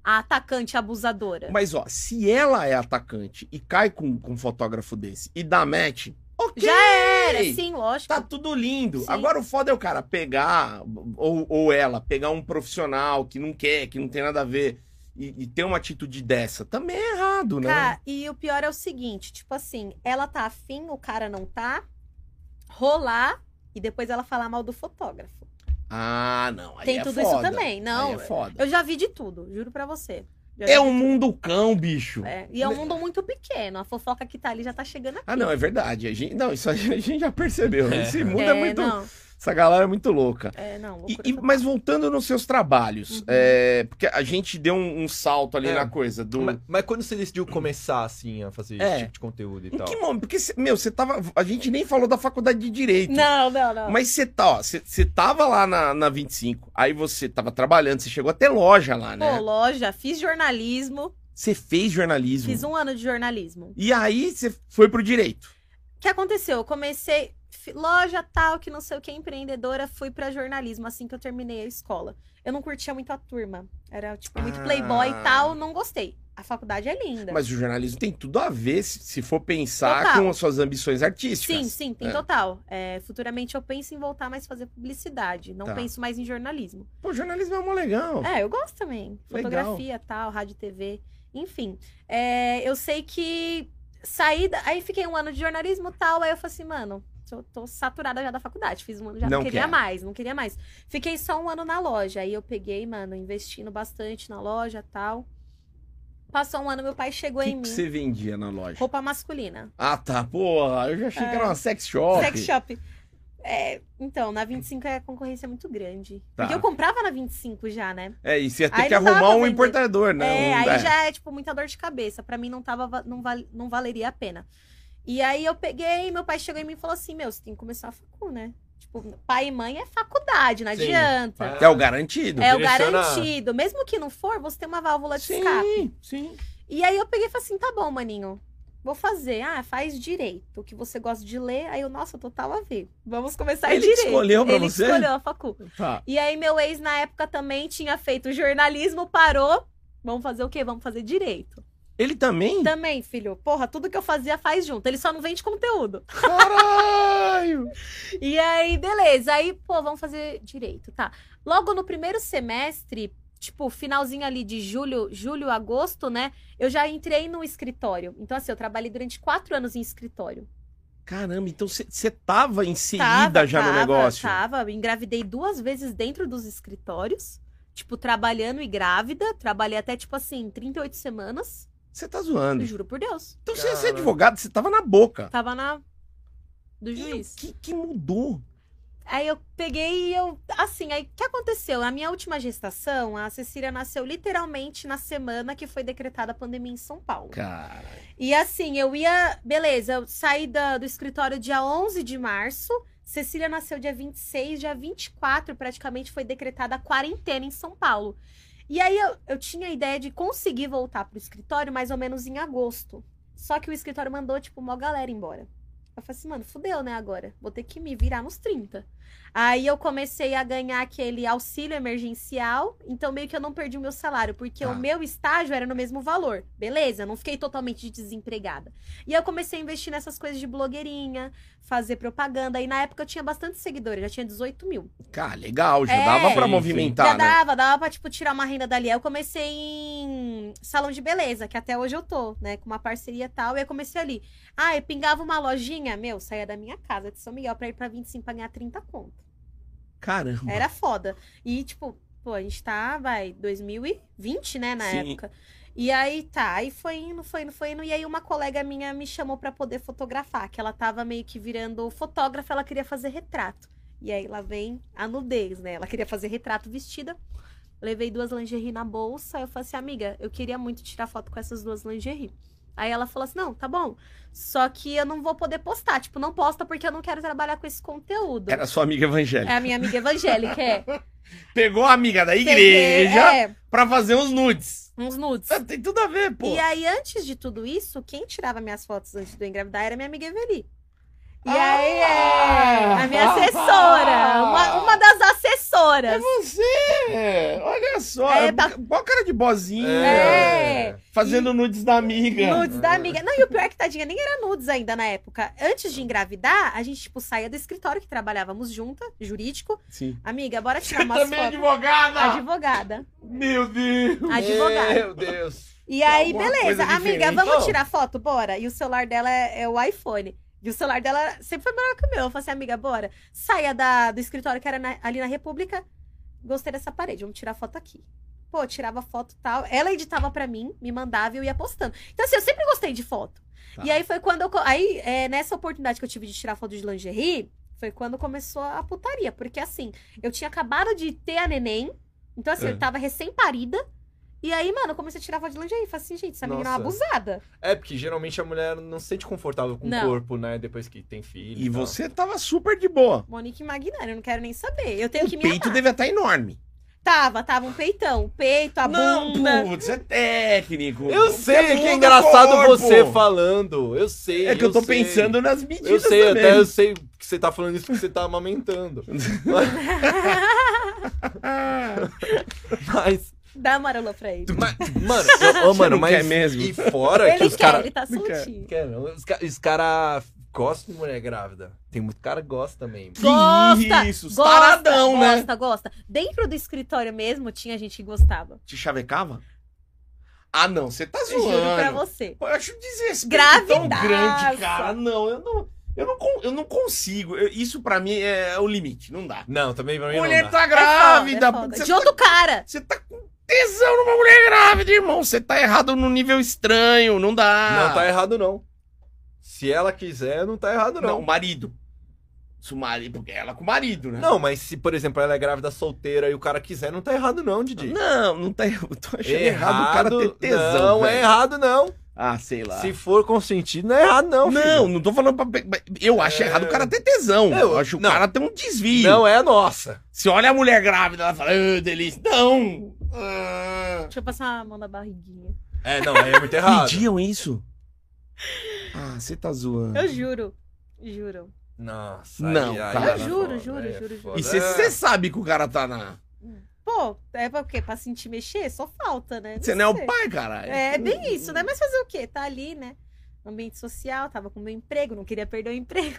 a atacante abusadora.
Mas ó, se ela é atacante e cai com, com um fotógrafo desse e dá match, ok.
Já era, sim, lógico.
Tá tudo lindo.
Sim.
Agora o foda é o cara pegar, ou, ou ela, pegar um profissional que não quer, que não tem nada a ver, e, e ter uma atitude dessa. Também é errado, né?
Cara, e o pior é o seguinte: tipo assim, ela tá afim, o cara não tá, rolar e depois ela falar mal do fotógrafo.
Ah, não. Aí
tem
é
tudo
foda.
isso também. Não,
Aí é foda.
eu já vi de tudo, juro pra você. Já
É
vi
um
de
mundo cão, bicho.
tudo. É, E é um mundo muito pequeno. A fofoca que tá ali já tá chegando aqui.
Ah, não, é verdade. A gente, não, isso a gente já percebeu.
É.
Esse mundo é,
é,
muito.
Não,
Essa galera é muito louca.
é, não.
E-
loucura
e-
total.
mas voltando nos seus trabalhos,
Uhum.
é, porque a gente deu um, um salto ali
É.
na coisa do.
Mas, mas quando você decidiu começar, assim, a fazer
Hum. É.
esse tipo de conteúdo e
Em
tal?
que momento? Porque, cê- meu, você tava. A gente nem falou da faculdade de direito.
Não, não, não.
Mas você tá, ó, você você tava lá na, na 25, aí você tava trabalhando, você chegou até loja lá,
Pô,
né?
loja, fiz jornalismo,
Você fez jornalismo.
fiz um ano de jornalismo.
E aí você foi pro direito.
O que aconteceu? Eu comecei fi- loja tal, que não sei o que, empreendedora, fui pra jornalismo assim que eu terminei a escola. Eu não curtia muito a turma, era tipo muito
Ah.
playboy e tal, não gostei. A faculdade é linda.
Mas o jornalismo tem tudo a ver, se, se for pensar,
Total.
com as suas ambições artísticas.
Sim, sim, tem
É.
total. É, futuramente eu penso em voltar mais a fazer publicidade, não
Tá.
penso mais em jornalismo.
Pô, jornalismo é mó legal.
É, eu gosto também.
Legal.
Fotografia, tal, rádio, e TV, enfim. É, eu sei que saí, da- aí fiquei um ano de jornalismo tal, aí eu falei assim, mano, eu tô saturada já da faculdade, fiz um ano já, não,
Não
queria
quero.
mais, não queria mais. Fiquei só um ano na loja, aí eu peguei, mano, investindo bastante na loja, tal. Passou um ano, meu pai chegou
O que
em
que
mim,
você vendia na loja?
roupa masculina,
Ah, tá, porra, eu já achei que era uma sex shop.
sex shop. É, então, na 25 a concorrência é muito grande.
Tá.
Porque eu comprava na 25 já, né?
É, e você ia ter
Aí
que
não dá
arrumar
pra
um
vender.
importador, né?
É,
Um-
aí já é, tipo, muita dor de cabeça. Pra mim não tava, va- não, val, não valeria a pena. E aí eu peguei, meu pai chegou em mim e falou assim: Meu, você tem que começar a facu, né? Tipo, pai e mãe é faculdade, não
Sim.
adianta.
É o garantido.
É o
Direciona-
garantido. Mesmo que não for, você tem uma válvula de escape.
Sim, sim.
E aí eu peguei e falei assim: tá bom, maninho. Vou fazer. Ah, faz direito. O que você gosta de ler. Aí eu, nossa, total a ver. Vamos começar em
Ele que
direito.
escolheu pra
Ele
você?
escolheu a facu.
Tá.
E aí meu ex na época também tinha feito jornalismo, parou. Vamos fazer o quê? Vamos fazer direito.
Ele também?
Também, filho. Porra, tudo que eu fazia faz junto. Ele só não vende conteúdo.
Caralho!
E aí, beleza. Aí, pô, vamos fazer direito, tá? Logo no primeiro semestre, tipo, finalzinho ali de julho, julho, agosto, né? Eu já entrei no escritório. Então, assim, eu trabalhei durante quatro anos em escritório.
Caramba, então você tava inserida
Tava,
já no
tava,
negócio.
Tava, engravidei duas vezes dentro dos escritórios. Tipo, trabalhando e grávida. Trabalhei até, tipo assim, 38 semanas.
Você tá zoando.
Juro por Deus.
Então você ia ser
Caralho.
advogado, você tava na boca.
Tava na... Do
E
juiz.
o que, que mudou?
Aí eu peguei e eu. Assim, aí o que aconteceu? Na minha última gestação, a Cecília nasceu literalmente na semana que foi decretada a pandemia em São Paulo.
Cara,
E assim, eu ia. Beleza, eu saí da- do escritório dia 11 de março. Cecília nasceu dia 26, dia 24 praticamente foi decretada a quarentena em São Paulo. E aí eu, eu tinha a ideia de conseguir voltar pro escritório mais ou menos em agosto. Só que o escritório mandou, tipo, uma galera embora. Eu falei assim, mano, fudeu, né, agora? Vou ter que me virar nos 30. Aí eu comecei a ganhar aquele auxílio emergencial, então meio que eu não perdi o meu salário, porque
Tá.
o meu estágio era no mesmo valor. Beleza, eu não fiquei totalmente desempregada. E aí eu comecei a investir nessas coisas de blogueirinha, fazer propaganda. E na época eu tinha bastante seguidores, já tinha 18 mil.
cara legal, já
É.
dava pra
Sim,
movimentar,
já
né?
dava, dava pra, tipo, tirar uma renda dali. Aí eu comecei em salão de beleza, que até hoje eu tô, né? Com uma parceria e tal. E eu comecei ali. Ah, eu pingava uma lojinha, meu, saía da minha casa de São Miguel pra ir pra 25 pra ganhar 30 conto.
Caramba.
Era foda. E, tipo, pô, a gente tá, vai, 2020, né, na
Sim.
época. E aí, tá, aí foi indo, foi indo, foi indo. E aí uma colega minha me chamou pra poder fotografar, que ela tava meio que virando fotógrafa, ela queria fazer retrato. E aí lá vem a nudez, né? Ela queria fazer retrato vestida. Levei duas lingerie na bolsa. Eu falei assim, amiga, eu queria muito tirar foto com essas duas lingerie. Aí ela falou assim: não, tá bom. Só que eu não vou poder postar. Tipo, não posta porque eu não quero trabalhar com esse conteúdo.
Era sua amiga evangélica.
É a minha amiga evangélica, é.
Pegou a amiga da
Peguei,
igreja
É,
pra fazer uns nudes.
uns nudes.
Ah, Tem tudo a ver, pô.
E aí, antes de tudo isso, quem tirava minhas fotos antes de eu engravidar era minha amiga Eveli. E
Ah!
aí, é, a minha assessora, uma, uma das
É
assessoras.
você! Olha só,
É,
é,
tá-
qual cara de bozinha,
É.
fazendo nudes da amiga.
Nudes da amiga. Não, e o pior é que tadinha nem era nudes ainda na época. Antes de engravidar, a gente, tipo, saía do escritório que trabalhávamos junta, jurídico.
Sim.
Amiga, bora tirar
Você
umas
também é
fotos.
advogada!
Advogada.
Meu Deus!
Advogada.
Meu Deus.
E aí,
Alguma
beleza,
coisa
amiga,
diferente.
vamos
Não.
tirar foto? Bora. E o celular dela é, é o iPhone. E o celular dela sempre foi melhor que o meu. Eu falei assim, amiga, bora. Saia da, do escritório que era na- ali na República. Gostei dessa parede, vamos tirar foto aqui. Pô, eu tirava foto e tal. Ela editava pra mim, me mandava e eu ia postando. Então, assim, eu sempre gostei de foto.
Tá.
E aí foi quando eu. co- Aí, é, nessa oportunidade que eu tive de tirar foto de lingerie, foi quando começou a putaria. Porque, assim, eu tinha acabado de ter a neném. Então, assim,
É.
eu tava recém-parida. E aí, mano, eu comecei a tirar foto de lingerie. Falei assim, gente, essa menina é uma
Nossa.
abusada.
É, porque geralmente a mulher não se sente confortável com
Não.
o corpo, né? Depois que tem filho.
E
tal.
você tava super de boa.
Monique Magnani, eu não quero nem saber. Eu tenho
O
que me
Um peito
amar.
deve estar enorme.
Tava, tava um peitão. Peito, a
Não,
Tá bunda.
putz, é técnico.
Eu sei que
bunda,
é engraçado
corpo.
você falando. Eu sei.
É que eu tô
sei.
pensando nas medidas
Eu sei,
também.
até eu sei que você tá falando isso porque você tá amamentando.
Ah,
Mas,
Dá amarelo pra ele.
mas- mano, eu, ô,
Você
mano,
não quer
mas.
mesmo?
E fora que
Ele
os
quer,
caras.
ele tá
Não quer.
soltinho.
Os, ca- os caras gostam de mulher grávida. Tem muito cara que gosta também.
Ah, Que
Gosta,
Isso,
Gosta,
taradão, né?
Gosta, gosta. Dentro do escritório mesmo, tinha gente que gostava.
Te chavecava? Ah, não, você tá
Eu Juro pra
zoando.
você.
Eu acho um desrespeito tão
Gravidaça.
grande, cara. Não, eu não, eu não, con- eu não consigo. Eu- isso pra mim é o limite, não dá.
Não, também pra mim
Mulher
não dá.
tá
É
grávida.
foda, é foda.
Você
De outro cara.
Você tá com tesão numa mulher grávida, irmão. Você tá errado num nível estranho, não dá.
Não tá errado, não. Se ela quiser, não tá errado,
Não,
não.
o marido. Se o marido, porque ela com o marido, né?
Não, mas se, por exemplo, ela é grávida solteira e o cara quiser, não tá errado, não, Didi.
Não, não tá errado. Eu tô achando errado, o cara ter tesão.
Não é
velho.
errado, não.
Ah, sei lá.
Se for consentido, não é errado, não.
Não, não,
filho.
tô falando pra. pe- Eu acho
É.
errado o cara ter tesão.
Eu-
Eu acho
não.
o cara ter um desvio.
Não é a nossa.
Se olha a mulher grávida, ela fala, ah, delícia. Não! Ah.
Deixa eu passar a mão na barriguinha.
É, não, aí é muito errado.
Pediam isso? Ah, você tá zoando.
Eu juro. Juro.
Nossa,
Não,
aí, aí
cara.
era
Eu
juro,
foda,
juro,
aí é
juro, juro.
foda.
E você sabe que o cara tá na.
Pô, é pra quê? Pra sentir mexer? Só falta, né?
Você não é
sei.
o pai, caralho.
É, bem isso, né? Mas fazer o quê? Tá ali, né? No ambiente social, tava com meu emprego, não queria perder o emprego.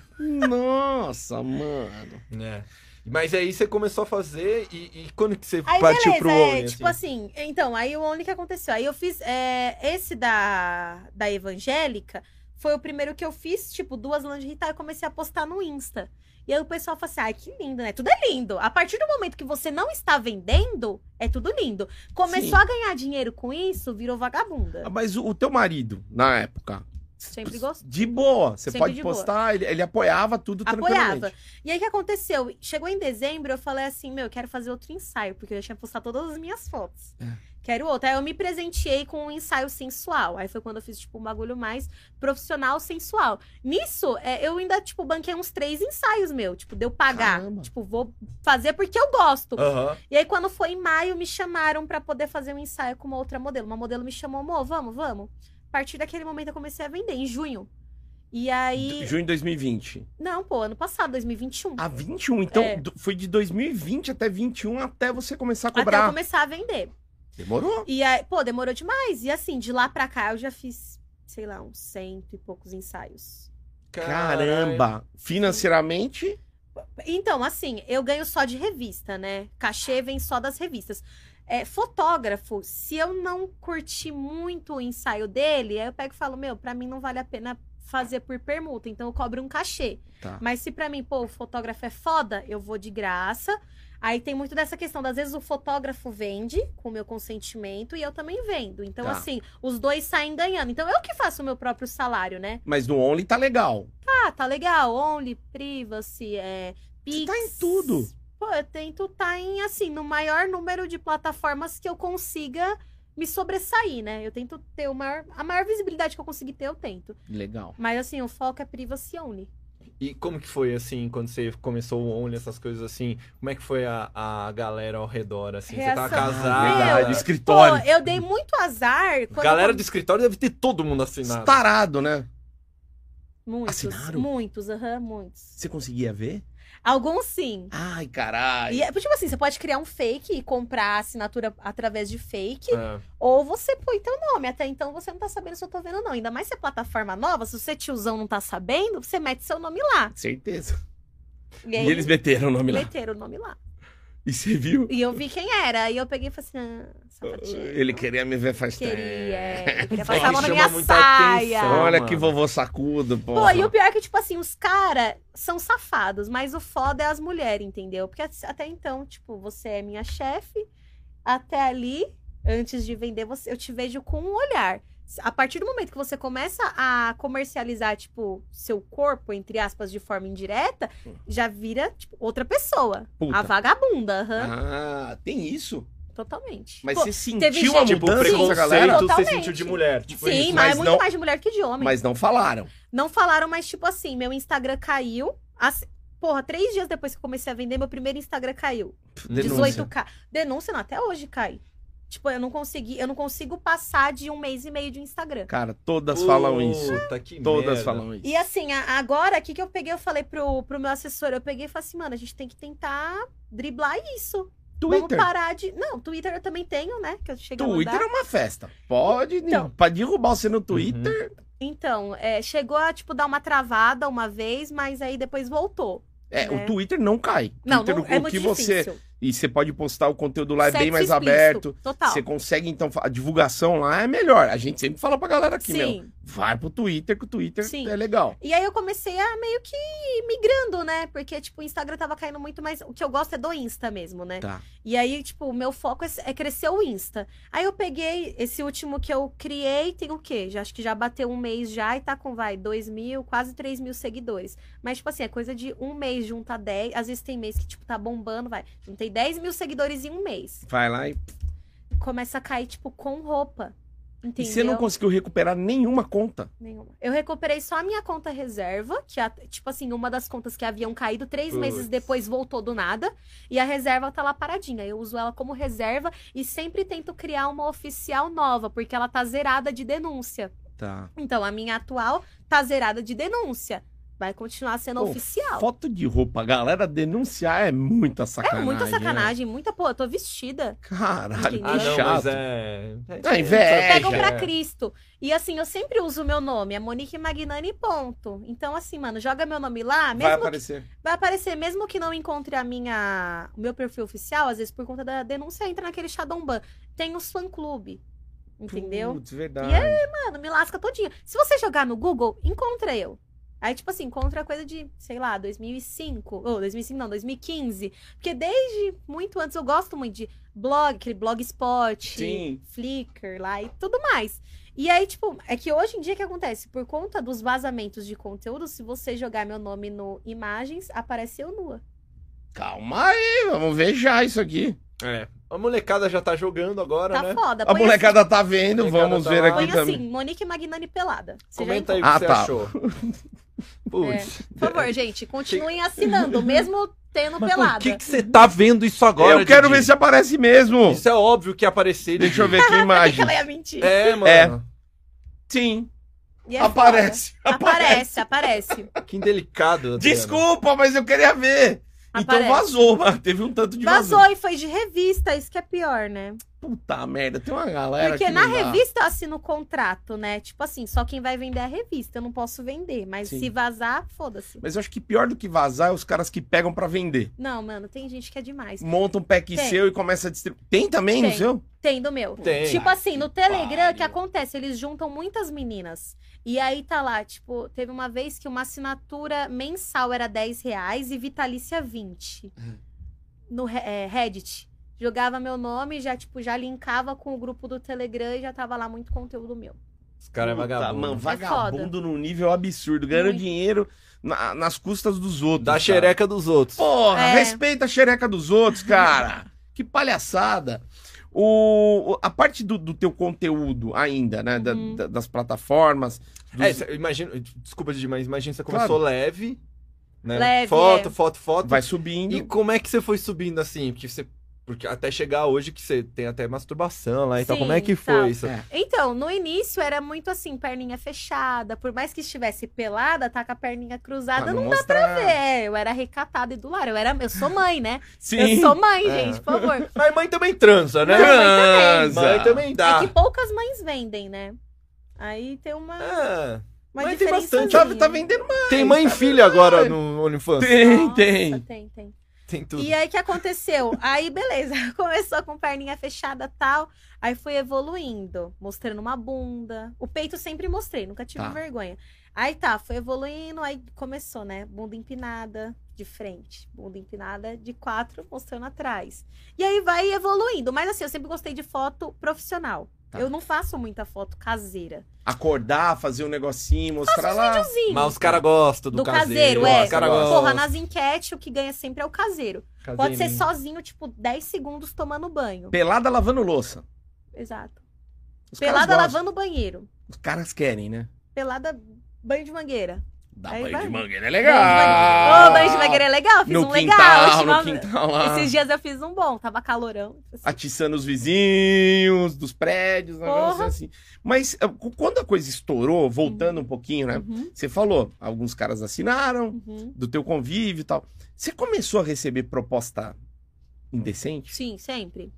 Nossa, mano.
É. Mas aí você começou a fazer e, e quando que você
Aí,
partiu
beleza,
pro
é,
Only,
tipo assim, então, aí o Only que aconteceu. Aí eu fiz é, esse da, da evangélica, foi o primeiro que eu fiz, tipo, duas lingerie e eu comecei a postar no Insta. E aí o pessoal fala assim, ai, que lindo, né? Tudo é lindo. A partir do momento que você não está vendendo, é tudo lindo. Começou
Sim.
a ganhar dinheiro com isso, virou vagabunda.
Ah, Mas o, o teu marido, na época.
Sempre gostou.
De boa. Você
Sempre
pode
de boa.
postar, ele, ele apoiava tudo
Apoiava.
tranquilamente.
E aí o que aconteceu? Chegou em dezembro, eu falei assim: meu, eu quero fazer outro ensaio, porque eu já tinha postado todas as minhas fotos.
É.
Quero outro. Aí eu me presenteei com um ensaio sensual. Aí foi quando eu fiz, tipo, um bagulho mais profissional, sensual. Nisso, é, eu ainda, tipo, banquei uns três ensaios, meu. Tipo, deu pagar.
Caramba. Ah.
Tipo, vou fazer porque eu gosto.
Aham.
E aí, quando foi em maio, me chamaram pra poder fazer um ensaio com uma outra modelo. Uma modelo me chamou, amor, vamos, vamos. A partir daquele momento, eu comecei a vender, em junho. E aí.
Junho de 2020.
Não, pô, ano passado, 2021.
A 21, então
É.
do- foi de 2020 até 21 até você começar a
Até eu
cobrar.
começar a vender.
Demorou.
E aí, pô, demorou demais. E assim, de lá pra cá eu já fiz, sei lá, uns cento e poucos ensaios.
Caramba. Financeiramente,
Então, assim, eu ganho só de revista, né? Cachê vem só das revistas. É, fotógrafo, se eu não curti muito o ensaio dele, aí eu pego e falo, meu, pra mim não vale a pena fazer por permuta, então eu cobro um cachê.
Tá.
Mas se pra mim, pô, o fotógrafo é foda, eu vou de graça. Aí tem muito dessa questão, das vezes o fotógrafo vende com o meu consentimento e eu também vendo. Então,
Tá.
assim, os dois saem ganhando. Então, eu que faço o meu próprio salário, né?
mas no Only tá legal.
Ah, tá legal. Only, Privacy, é, Pix.
Você tá em tudo.
Pô, eu tento tá em, assim, no maior número de plataformas que eu consiga me sobressair, né? Eu tento ter o maior, a maior visibilidade que eu conseguir ter, eu tento.
Legal.
Mas, assim, o foco é Privacy Only.
E como que foi, assim, quando você começou o Only, essas coisas assim? Como é que foi a, a galera ao redor, assim? Você tava
Reação.
casada.
Meu, Pô,
escritório.
eu dei muito azar. Quando
galera do escritório deve ter todo mundo assinado.
Estarado, né?
Muitos,
Assinaram?
muitos, aham, muitos.
Você conseguia ver?
Alguns sim.
Ai, caralho.
E, é, tipo assim, você pode criar um fake e comprar a assinatura através de fake,
É.
ou você põe teu nome. Até então você não tá sabendo se eu tô vendo, não. Ainda mais se é plataforma nova, se você tiozão não tá sabendo, você mete seu nome lá.
Certeza.
E,
E
aí,
eles meteram o nome lá.
meteram o nome lá.
E você viu?
E eu vi quem era. E eu peguei e falei assim, ah, sapatinho.
Ele queria me ver faz tempo.
Queria, é, ele queria
Só que
passar a mão na
chama
minha
muita
saia.
atenção.
Olha
mano.
que vovô sacudo, pô.
Pô, e o pior é que, tipo assim, os caras são safados, mas o foda é as mulheres, entendeu? Porque at- até então, tipo, você é minha chefe, até ali, antes de vender, você, eu te vejo com um olhar. S- A partir do momento que você começa a comercializar, tipo, seu corpo, entre aspas, de forma indireta, já vira, tipo, outra pessoa.
Hum. Puta.
A vagabunda, aham.
Ah, tem isso?
Totalmente.
Mas
Pô,
você
teve
sentiu a
gente-
Tipo, o
mudança
preconceito
dessa galera?
você
Totalmente.
sentiu de mulher. Tipo,
sim,
isso.
mas,
mas
é muito
não-
mais de mulher que de homem.
Mas não falaram.
Não falaram, mas tipo assim, meu Instagram caiu. As- Porra, três dias depois que eu comecei a vender, meu primeiro Instagram caiu.
Denúncia.
18k. Denúncia não, até hoje cai. Tipo, eu não consegui, eu não consigo passar de um mês e meio de Instagram.
Cara, todas
Puta,
falam isso.
que
Todas
merda. Uhum.
falam isso.
E assim, a- agora, o que, que eu peguei? Eu falei pro, pro meu assessor, eu peguei e falei assim, mano, a gente tem que tentar driblar isso. Vamos
Twitter.
parar de. Não, Twitter eu também tenho, né? Que eu cheguei a
Twitter
mandar.
é uma festa. Pode,
Então.
pra derrubar você no Twitter,
Então, é, chegou a, tipo, dar uma travada uma vez, mas aí depois voltou.
é,
É.
o Twitter não cai.
Não,
Twitter,
não
o,
é
o
muito
que
difícil.
você e você pode postar o conteúdo lá é
Sexo
bem mais
explícito,
aberto.
Total.
Você consegue então fa- a divulgação lá é melhor. A gente sempre fala pra galera aqui, meu,
Sim.
vai pro Twitter que o Twitter
Sim.
é legal.
E aí eu comecei a meio que ir migrando, né? Porque, tipo, o Instagram tava caindo muito mais. O que eu gosto é do Insta mesmo, né?
Tá.
E aí, tipo, o meu foco é, é crescer o Insta. Aí eu peguei esse último que eu criei, tem o quê? Já, acho que já bateu um mês já e tá com, vai, dois mil, quase três mil seguidores. Mas, tipo assim, é coisa de um mês junta 10. Às vezes tem mês que, tipo, tá bombando, vai. Juntei 10 mil seguidores em um mês.
Vai lá e,
Começa a cair, tipo, com roupa.
e
Entendeu?
você não conseguiu recuperar nenhuma conta.
Nenhuma. Eu recuperei só a minha conta reserva, que, a- tipo assim, uma das contas que haviam caído três
Putz.
meses depois voltou do nada. E a reserva tá lá paradinha. Eu uso ela como reserva e sempre tento criar uma oficial nova, porque ela tá zerada de denúncia.
Tá.
Então, a minha atual tá zerada de denúncia. Vai continuar sendo
Pô,
oficial.
Foto de roupa, galera, denunciar é muita
É
sacanagem.
muita
né?
sacanagem, muita, pô, eu tô vestida.
Caralho, que
Ah, não,
chato.
mas é.
Ah, inveja. É,
Pegam
já
pra Cristo. E assim, eu sempre uso o meu nome, é Monique Magnani, ponto. Então, assim, mano, joga meu nome lá, mesmo
Vai
que-
aparecer.
Vai aparecer, mesmo que não encontre a minha, o meu perfil oficial, às vezes por conta da denúncia, entra naquele Shadow Ban. Tem os fã-clube, entendeu?
Putz, verdade.
E é, mano, me lasca todinha. Se você jogar no Google, encontra eu. Aí, tipo assim, encontra coisa de, sei lá, 2005, ou 2005 não, 2015. Porque desde muito antes eu gosto muito de blog, aquele blogspot,
Sim.
Flickr lá e tudo mais. E aí, tipo, é que hoje em dia o que acontece? Por conta dos vazamentos de conteúdo, se você jogar meu nome no imagens, aparece eu nua.
Calma aí, vamos ver já isso aqui.
É. A molecada já tá jogando agora,
Tá
né?
foda.
A
Põe
molecada tá vendo,
A molecada
vamos
tá
ver
lá.
assim,
aqui
põe
também.
assim, Monique Magnani pelada. Você já É.
Comenta
Tá
aí o que
Ah,
você
tá.
achou. Putz.
Por favor, gente, continuem assinando, mesmo tendo
Mas por
pelada.
que que você tá vendo isso agora?
Eu quero
Didi?
ver se aparece mesmo.
Isso é óbvio que ia aparecer.
Deixa eu
Didi.
ver aqui a
Por que que
imagem.
ela ia mentir?
É,
É.
mano.
Sim,
E é
aparece.
foda. Aparece, aparece.
Que indelicado. Adriana.
Desculpa, mas eu queria ver. Então
Aparece.
vazou, mano. Teve um tanto de vazou.
Vazou e foi de revista, isso que é pior, né?
Puta merda, tem uma galera.
Porque
que
na
não dá.
revista eu assino o contrato, né? Tipo assim, só quem vai vender é a revista, eu não posso vender. Mas
Sim.
se vazar, foda-se.
Mas eu acho que pior do que vazar é os caras que pegam pra vender.
Não, mano, tem gente que é demais.
Monta um pack
Tem.
seu e começa a distribuir. Tem também no
Tem.
seu?
Tem do meu.
Tem.
Tipo assim, no
que
Telegram, o que
pariu.
acontece? Eles juntam muitas meninas. E aí tá lá, tipo, teve uma vez que uma assinatura mensal era 10 reais e vitalícia 20.
Hum.
No Re- é, Reddit. Jogava meu nome, já, tipo, já linkava com o grupo do Telegram e já tava lá muito conteúdo meu.
Esse cara é
assim, Puta,
vagabundo.
Tá, Mano,
foda.
vagabundo num nível absurdo, ganhando
Muito.
dinheiro na- nas custas dos outros.
da
cara.
xereca dos outros.
Porra,
É.
respeita a xereca dos outros, cara. que palhaçada. O, o- a parte do, do teu conteúdo ainda, né? da-
Uhum.
da- das plataformas. dos-
É, cê- imagina, desculpa, Didi, mas imagina você
Claro.
começou leve, né?
Leve,
foto,
é.
foto, foto.
vai subindo.
E como é que você foi subindo assim? Porque você. Porque até chegar hoje que você tem até masturbação lá e tal.
Sim,
Como é que
tá.
foi isso?
É.
Então, no início era muito assim, perninha fechada. Por mais que estivesse pelada, tá com a perninha cruzada,
Pra
não dá
mostrar.
pra ver. Eu era recatada e do lar. Eu, era, eu sou mãe, né?
Sim.
Eu sou mãe,
É.
gente, por favor.
Mas mãe também transa, né?
Não, mãe
Transa.
Mãe também dá.
É que poucas mães vendem, né? Aí tem uma,
Ah,
uma
mãe tem
diferença. assim, né?
bastante.
Tá, tá vendendo mais.
tem mãe e filha agora no OnlyFans.
Tem, tem.
Tem, tem.
Tem tudo.
E aí, o que aconteceu? Aí, beleza, começou com perninha fechada tal. Aí foi evoluindo, mostrando uma bunda. O peito sempre mostrei, nunca tive
Tá.
vergonha. Aí tá, foi evoluindo, aí começou, né? Bunda empinada de frente, bunda empinada de quatro, mostrando atrás. E aí vai evoluindo. Mas assim, eu sempre gostei de foto profissional.
Tá.
Eu não faço muita foto caseira.
Acordar, fazer um negocinho, mostrar lá.
Sim,
Mas os caras gostam do,
do caseiro,
Ó,
é.
Os caras gostam.
Porra, nas enquetes, o que ganha sempre é o caseiro. Pode ser sozinho, tipo, 10 segundos tomando banho.
Pelada lavando louça.
Exato.
Os caras
Pelada
gostam.
lavando o banheiro.
Os caras querem, né?
Pelada banho de mangueira.
Dá
Aí
banho
vai.
de mangueira, é
Banho de mangueira.
legal.
Ô, banho de mangueira é legal, fiz
Ah, No
um legal.
quintal, no
ultimamente.
quintal Ah, lá.
Esses dias eu fiz um bom, tava calorão. assim.
atiçando os vizinhos, dos prédios, um negócio
Porra.
assim. Mas eh, cu- quando a coisa estourou, voltando um pouquinho, né?
Uhum,
Você falou, alguns caras assinaram
uhum.
do teu convívio e tal. Você começou a receber proposta indecente?
Sim, sempre.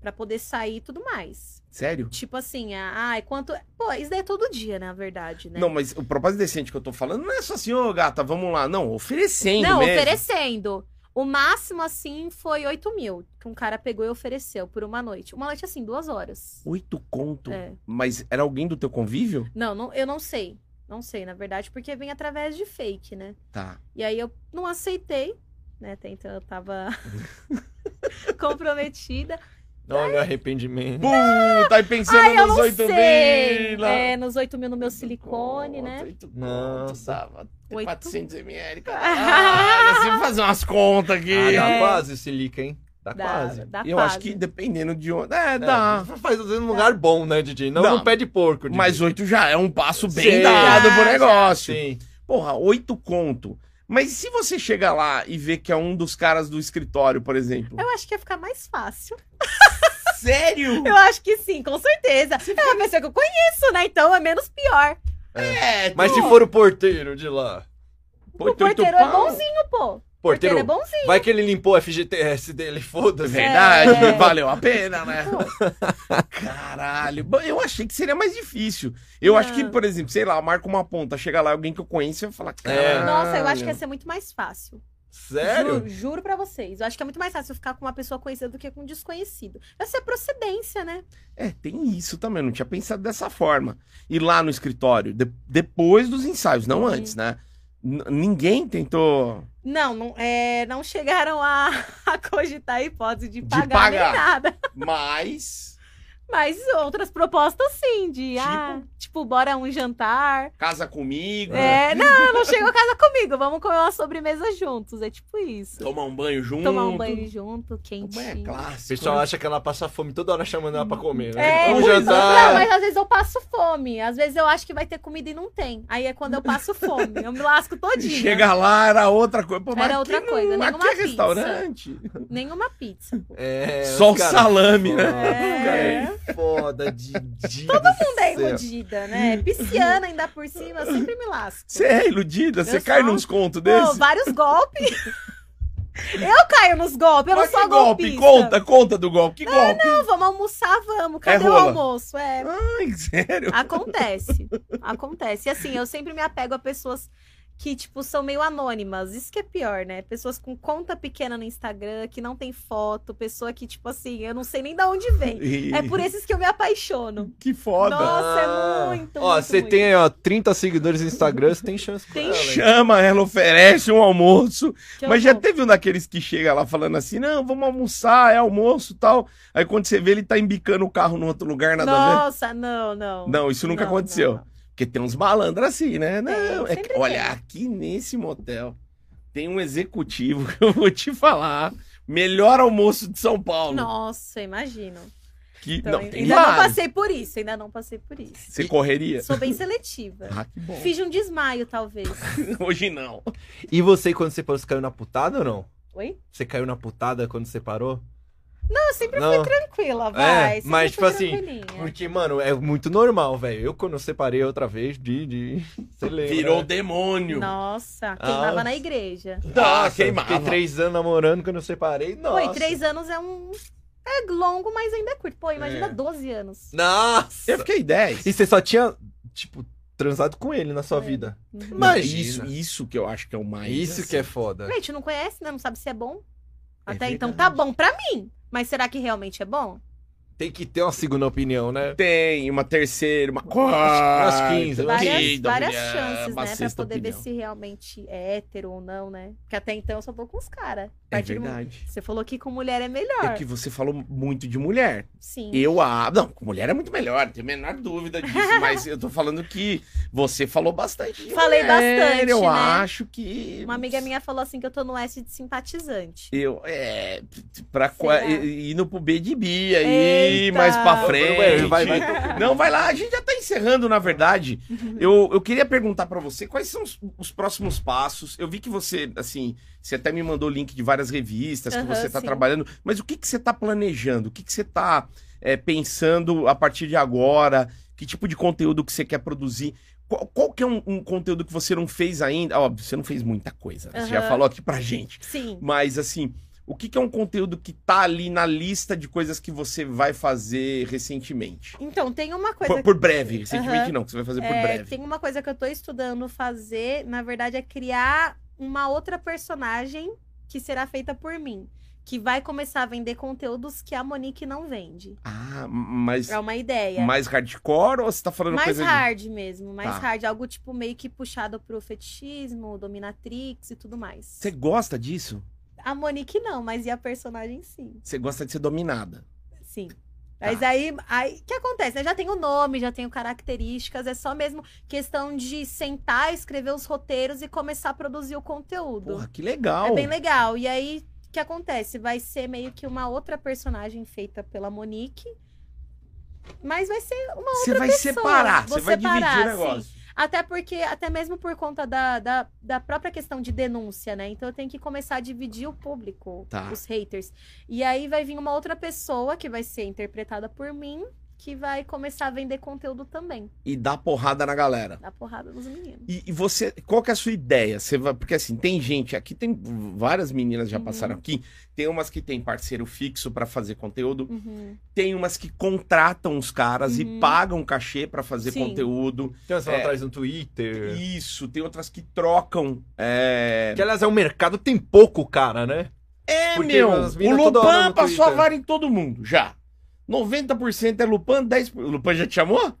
Pra poder sair e tudo mais.
Sério?
Tipo assim, ah, ai, quanto. Pô, isso daí é todo dia, na verdade, né?
Não, mas o proposta indecente que eu tô falando não é só assim, ô gata, vamos lá. Não, oferecendo
Não,
mesmo.
oferecendo. O máximo, assim, foi 8 mil. Que um cara pegou e ofereceu por uma noite. Uma noite, assim, duas horas.
Oito conto.
É.
Mas era alguém do teu convívio?
Não, não, eu não sei. Não sei, na verdade, porque vem através de fake, né?
Tá.
E aí eu não aceitei, né? Até então eu tava comprometida.
Tá
Olha o arrependimento.
Puta, aí pensando
Ai, eu
nos
não
oito
sei.
mil, lá.
É, nos 8 mil no meu silicone, né?
Oito conto,
Nossa.
dava
Oito?
400ml. Caralho, assim, fazer umas contas aqui.
Ah, dá
É.
quase o silica, hein? Dá, quase.
Dá
tá eu acho que dependendo de onde. É,
É,
dá.
Faz num lugar bom, né, Didi? Não,
Dá.
no pé de porco, Didi.
Mas oito já é um passo bem
Sim.
dado pro
Já,
negócio.
Sim.
Porra, oito conto. Mas se você chegar lá e ver que é um dos caras do escritório, por exemplo,
Eu acho que ia ficar mais fácil.
Sério?
Eu acho que sim, com certeza. É uma pessoa que eu conheço, né? Então é menos pior.
É,
Mas se
tu-
for o porteiro de lá,
Pô,
o
tu- tu
porteiro é
pau.
bonzinho, pô. O
porteiro,
é bonzinho.
vai que ele limpou o FGTS dele, foda-se.
Verdade,
É.
valeu a pena, né? Caralho, Bom, eu achei que seria mais difícil. Eu acho que,
Não.
por exemplo, sei lá, eu marco uma ponta, chega lá alguém que eu conheço e eu falo,
É.
caralho.
Nossa, eu acho
Ah,
que ia ser muito mais fácil.
Sério?
Juro, juro pra vocês. Eu acho que é muito mais fácil eu ficar com uma pessoa conhecida do que com um desconhecido. Essa é a procedência, né?
É, tem isso também, eu não tinha pensado dessa forma. E lá no escritório, de- depois dos ensaios, não
Uhum.
antes, né? N- ninguém tentou.
Não, não, é, não chegaram a, a cogitar a hipótese de
De
pagar,
pagar.
nem nada.
Mas.
Mas outras propostas sim, de tipo, ah, tipo bora um jantar.
Casa comigo,
É, não, não chegou a casa comigo, vamos comer uma sobremesa juntos. É tipo isso.
tomar um banho junto.
Tomar um banho junto,
Como
quentinho.
é
O
clássico.
pessoal acha que ela passa fome toda hora chamando ela pra comer, né?
É,
um
pois é.
Não,
jantar.
mas às vezes eu passo fome. Às vezes eu acho que vai ter comida e não tem. Aí é quando eu passo fome. Eu me lasco todinha.
Chega lá, era outra coisa. Pô, mas
Era
aqui
outra
não-
coisa,
mas
nenhuma
aqui é
pizza.
restaurante.
Nenhuma pizza. pô.
É,
Só o
cara,
salame, né?
É.
Foda, Didi. Todo mundo
Não é iludida, né? Pisciana ainda por cima, eu sempre me lasco.
Você é iludida? Você
Eu
cai
sou.
nos contos
Pô,
desses?
vários golpes. Eu caio nos golpes, eu não
Mas
sou
que golpe?
golpista.
Conta, conta do golpe. Que golpe?
Não, vamos almoçar, vamos. Cadê o
rola.
almoço? É,
Ai, sério?
Acontece. Acontece. E assim, eu sempre me apego a pessoas que, tipo, são meio anônimas. Isso que é pior, né? Pessoas com conta pequena no Instagram, que não tem foto, pessoa que, tipo assim, eu não sei nem de onde vem. É por esses que eu me apaixono.
Que foda.
Nossa, é muito,
Ah. Ó,
muito,
você
muito.
tem aí, ó, 30 seguidores no Instagram, você tem chance com
Tem
ela, hein?
Chama ela, oferece um almoço.
Que
Mas já
horror.
teve um daqueles que chega lá falando assim: não, vamos almoçar, é almoço e tal. Aí quando você vê, ele tá embicando o carro num outro lugar, nada a ver.
Nossa, não, não.
Não, isso nunca
Não,
aconteceu.
não, não.
Porque tem uns malandros assim, né? Não,
Tem,
é que-
sempre
olha,
tem.
aqui nesse motel tem um executivo que eu vou te falar. Melhor almoço de São Paulo.
Nossa, imagino.
Que,
Então,
não, tem
ainda não
vários.
passei por isso, ainda não passei por isso.
Você correria?
Sou bem seletiva.
Ah, que bom.
Fiz um desmaio, talvez.
Hoje não.
E você, quando você parou, você caiu na putada ou não?
Oi?
Você caiu na putada quando você parou?
Não, eu sempre
Não.
fui tranquila, vai.
É,
sempre
mas,
fui
tipo assim,
tranquilinha.
Porque, mano, é muito normal, velho. Eu, quando eu separei outra vez, de. de... Você lembra?
Virou um o
né?
demônio.
É, Nossa, queimava
Ah.
na igreja.
Nossa,
Fiquei três anos namorando quando eu separei. Nossa.
Pô, e três anos é um. É longo, mas ainda é curto. Pô, imagina
É.
12 anos.
Nossa!
Eu fiquei 10.
E você só tinha, tipo, transado com ele na sua
É.
vida.
Uhum.
Mas
Imagina.
isso, isso que eu acho que é o mais.
Isso que é foda.
A gente não conhece, né? Não sabe se é bom.
É
Até então tá bom pra mim. Mas será que realmente é bom?
Tem que ter uma segunda opinião, né?
Tem uma terceira, uma quarta.
Umas 15, umas
quinta,
Várias, várias
mulher,
chances,
é uma
né? Pra
sexta
poder ver
opinião.
se realmente é hétero ou não, né? Porque até então eu só tô com os caras.
É
A partir do momento-
verdade.
Você falou que com mulher é melhor.
É que você falou muito de mulher.
Sim.
Eu a. Não, com mulher é muito melhor, não tenho a menor dúvida disso. mas eu tô falando que você falou bastante. de
Falei
mulher,
bastante,
Eu
né?
acho que.
Uma amiga minha falou assim que eu tô no S de simpatizante.
Eu, é, pra qua-
Será?
i- indo pro B de bi aí,
Eita!
mais pra
Ué,
frente.
vai- vai-
Não, vai lá, a gente já tá encerrando, na verdade.
Uhum.
Eu, eu queria perguntar pra você quais são os, os próximos passos. Eu vi que você, assim, você até me mandou link de várias revistas que
Aham,
você tá
sim.
trabalhando, mas o que, que você tá planejando? O que, que você tá é, pensando a partir de agora? Que tipo de conteúdo que você quer produzir? Qual, qual que é um, um conteúdo que você não fez ainda? Óbvio, você não fez muita coisa, né? você já
Aham.
falou aqui pra gente.
Sim.
Mas assim, o que, que é um conteúdo que tá ali na lista de coisas que você vai fazer recentemente?
Então, tem uma coisa.
Por, por breve, recentemente
Aham.
não, que você vai fazer por
é,
breve.
Tem uma coisa que eu tô estudando fazer, na verdade, é criar uma outra personagem que será feita por mim. Que vai começar a vender conteúdos que a Monique não vende.
Ah, mas
É uma ideia.
mais hardcore ou você tá falando
mais
coisa de-
hard mesmo, mais
Tá.
hard. Algo tipo meio que puxado pro fetichismo, dominatrix e tudo mais.
Você gosta disso?
A Monique não, mas e a personagem sim.
Você gosta de ser dominada.
Sim. Mas aí, aí, o que acontece? né? já tem o nome, já tenho características, é só mesmo questão de sentar, escrever os roteiros e começar a produzir o conteúdo.
Porra, que legal.
é bem legal. E aí, o que acontece? Vai ser meio que uma outra personagem feita pela Monique, mas vai ser uma
Você
outra
vai
pessoa.
separar,
Vou
você vai
separar,
dividir o
sim.
negócio.
Até porque, até mesmo por conta da, da, da própria questão de denúncia, né? Então eu tenho que começar a dividir o público,
Tá.
os haters. E aí vai vir uma outra pessoa que vai ser interpretada por mim, que vai começar a vender conteúdo também.
e dar porrada na galera.
Dar porrada nos meninos.
E, e você, qual que é a sua ideia? Você vai, porque assim, tem gente aqui, tem várias meninas já
Uhum.
passaram aqui, tem umas que tem parceiro fixo pra fazer conteúdo,
Uhum.
tem umas que contratam os caras e
Uhum.
pagam cachê pra fazer
Sim.
conteúdo.
Tem umas lá
É.
atrás no Twitter.
Isso, tem outras que trocam. É,
Que aliás é um mercado que tem pouco, cara, né?
é
Porque
meu,
as
o
minas toda hora
Lupan
no
passou a
Twitter.
vara em todo mundo, já. 90% é Lupan, 10%. O Lupan já te chamou?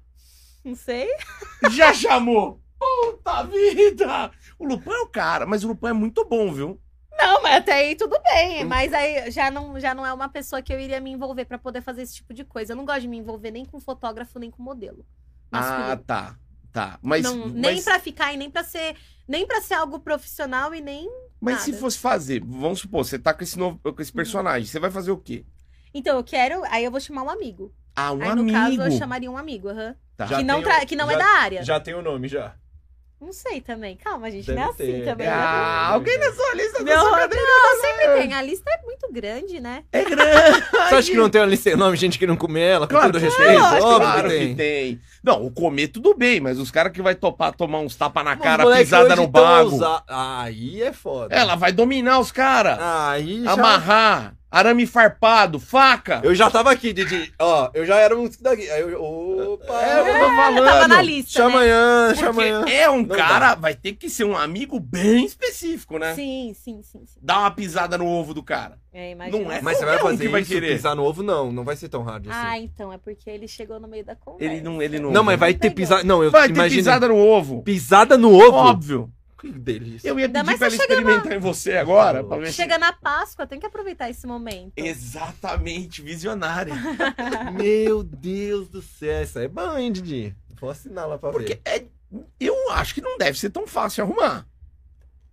Não sei.
Já chamou! Puta vida! O Lupan é o cara, mas o Lupan é muito bom, viu?
Não, mas até aí tudo bem.
Uhum.
Mas aí já não, já não é uma pessoa que eu iria me envolver pra poder fazer esse tipo de coisa. Eu não gosto de me envolver nem com fotógrafo, nem com modelo.
Ah,
masculino.
tá. Tá. Mas,
Não, nem
mas,
pra ficar e nem pra ser, nem para ser algo profissional e nem
mas se
nada.
fosse fazer, vamos supor, você tá com esse novo, com esse personagem, você vai fazer o quê?
Então eu quero, aí eu vou chamar um amigo.
Ah, um
aí no
amigo.
caso eu chamaria um amigo, aham.
Tá.
Já
Que não
tem
tra-
o-
que não é
já-
da área.
Já tem o nome, já.
Não sei também. Calma, gente,
Deve
não é assim
ter.
também. né?
Ah, alguém na sua lista
Meu,
da sua cadeira
não, sempre tem. A lista é muito grande, né?
é grande.
Você acha que não tem uma lista de nome, gente que não come ela, com
Claro
todo
que
respeito?
tem, lógico
Óbvio
claro
que tem.
que tem. Não, o comer tudo bem, mas os caras que vai topar tomar uns tapa na
Os
cara,
moleque
pisada
hoje
no
tão
bago.
ousa- Aí é foda.
Ela vai dominar os caras.
Aí Ah, já...
amarrar, arame farpado, faca.
Eu já tava aqui, Didi. Ó, eu já era um daqui. Aí eu... Opa!
É, eu tô
Tava na
falando.
lista,
Chama
né?
amanhã,
Porque
chama amanhã.
é um
Não
cara, vai ter que ser um amigo bem específico, né?
Sim, sim, sim, sim.
Dá uma pisada no ovo do cara.
É, imagina.
Não é
Mas
Qualquer
você vai
um
fazer
que vai
isso,
querer.
pisar no ovo? Não, não vai ser tão hard assim.
Ah, então é porque ele chegou no meio da conversa.
Ele não, ele não.
não, mas vai ter
Pegou.
pisada... Não, eu
Vai ter
imagino...
pisada no ovo.
Pisada no ovo?
Óbvio.
Que delícia.
Eu ia
Ainda
pedir
mais
pra ela
você
experimentar em você agora. pra ver se-
Chega na Páscoa, tem que aproveitar esse momento.
Exatamente, visionária.
Meu Deus do céu, isso aí é bom, hein, Didi? Vou assinar lá pra ver.
Porque é- eu acho que não deve ser tão fácil arrumar.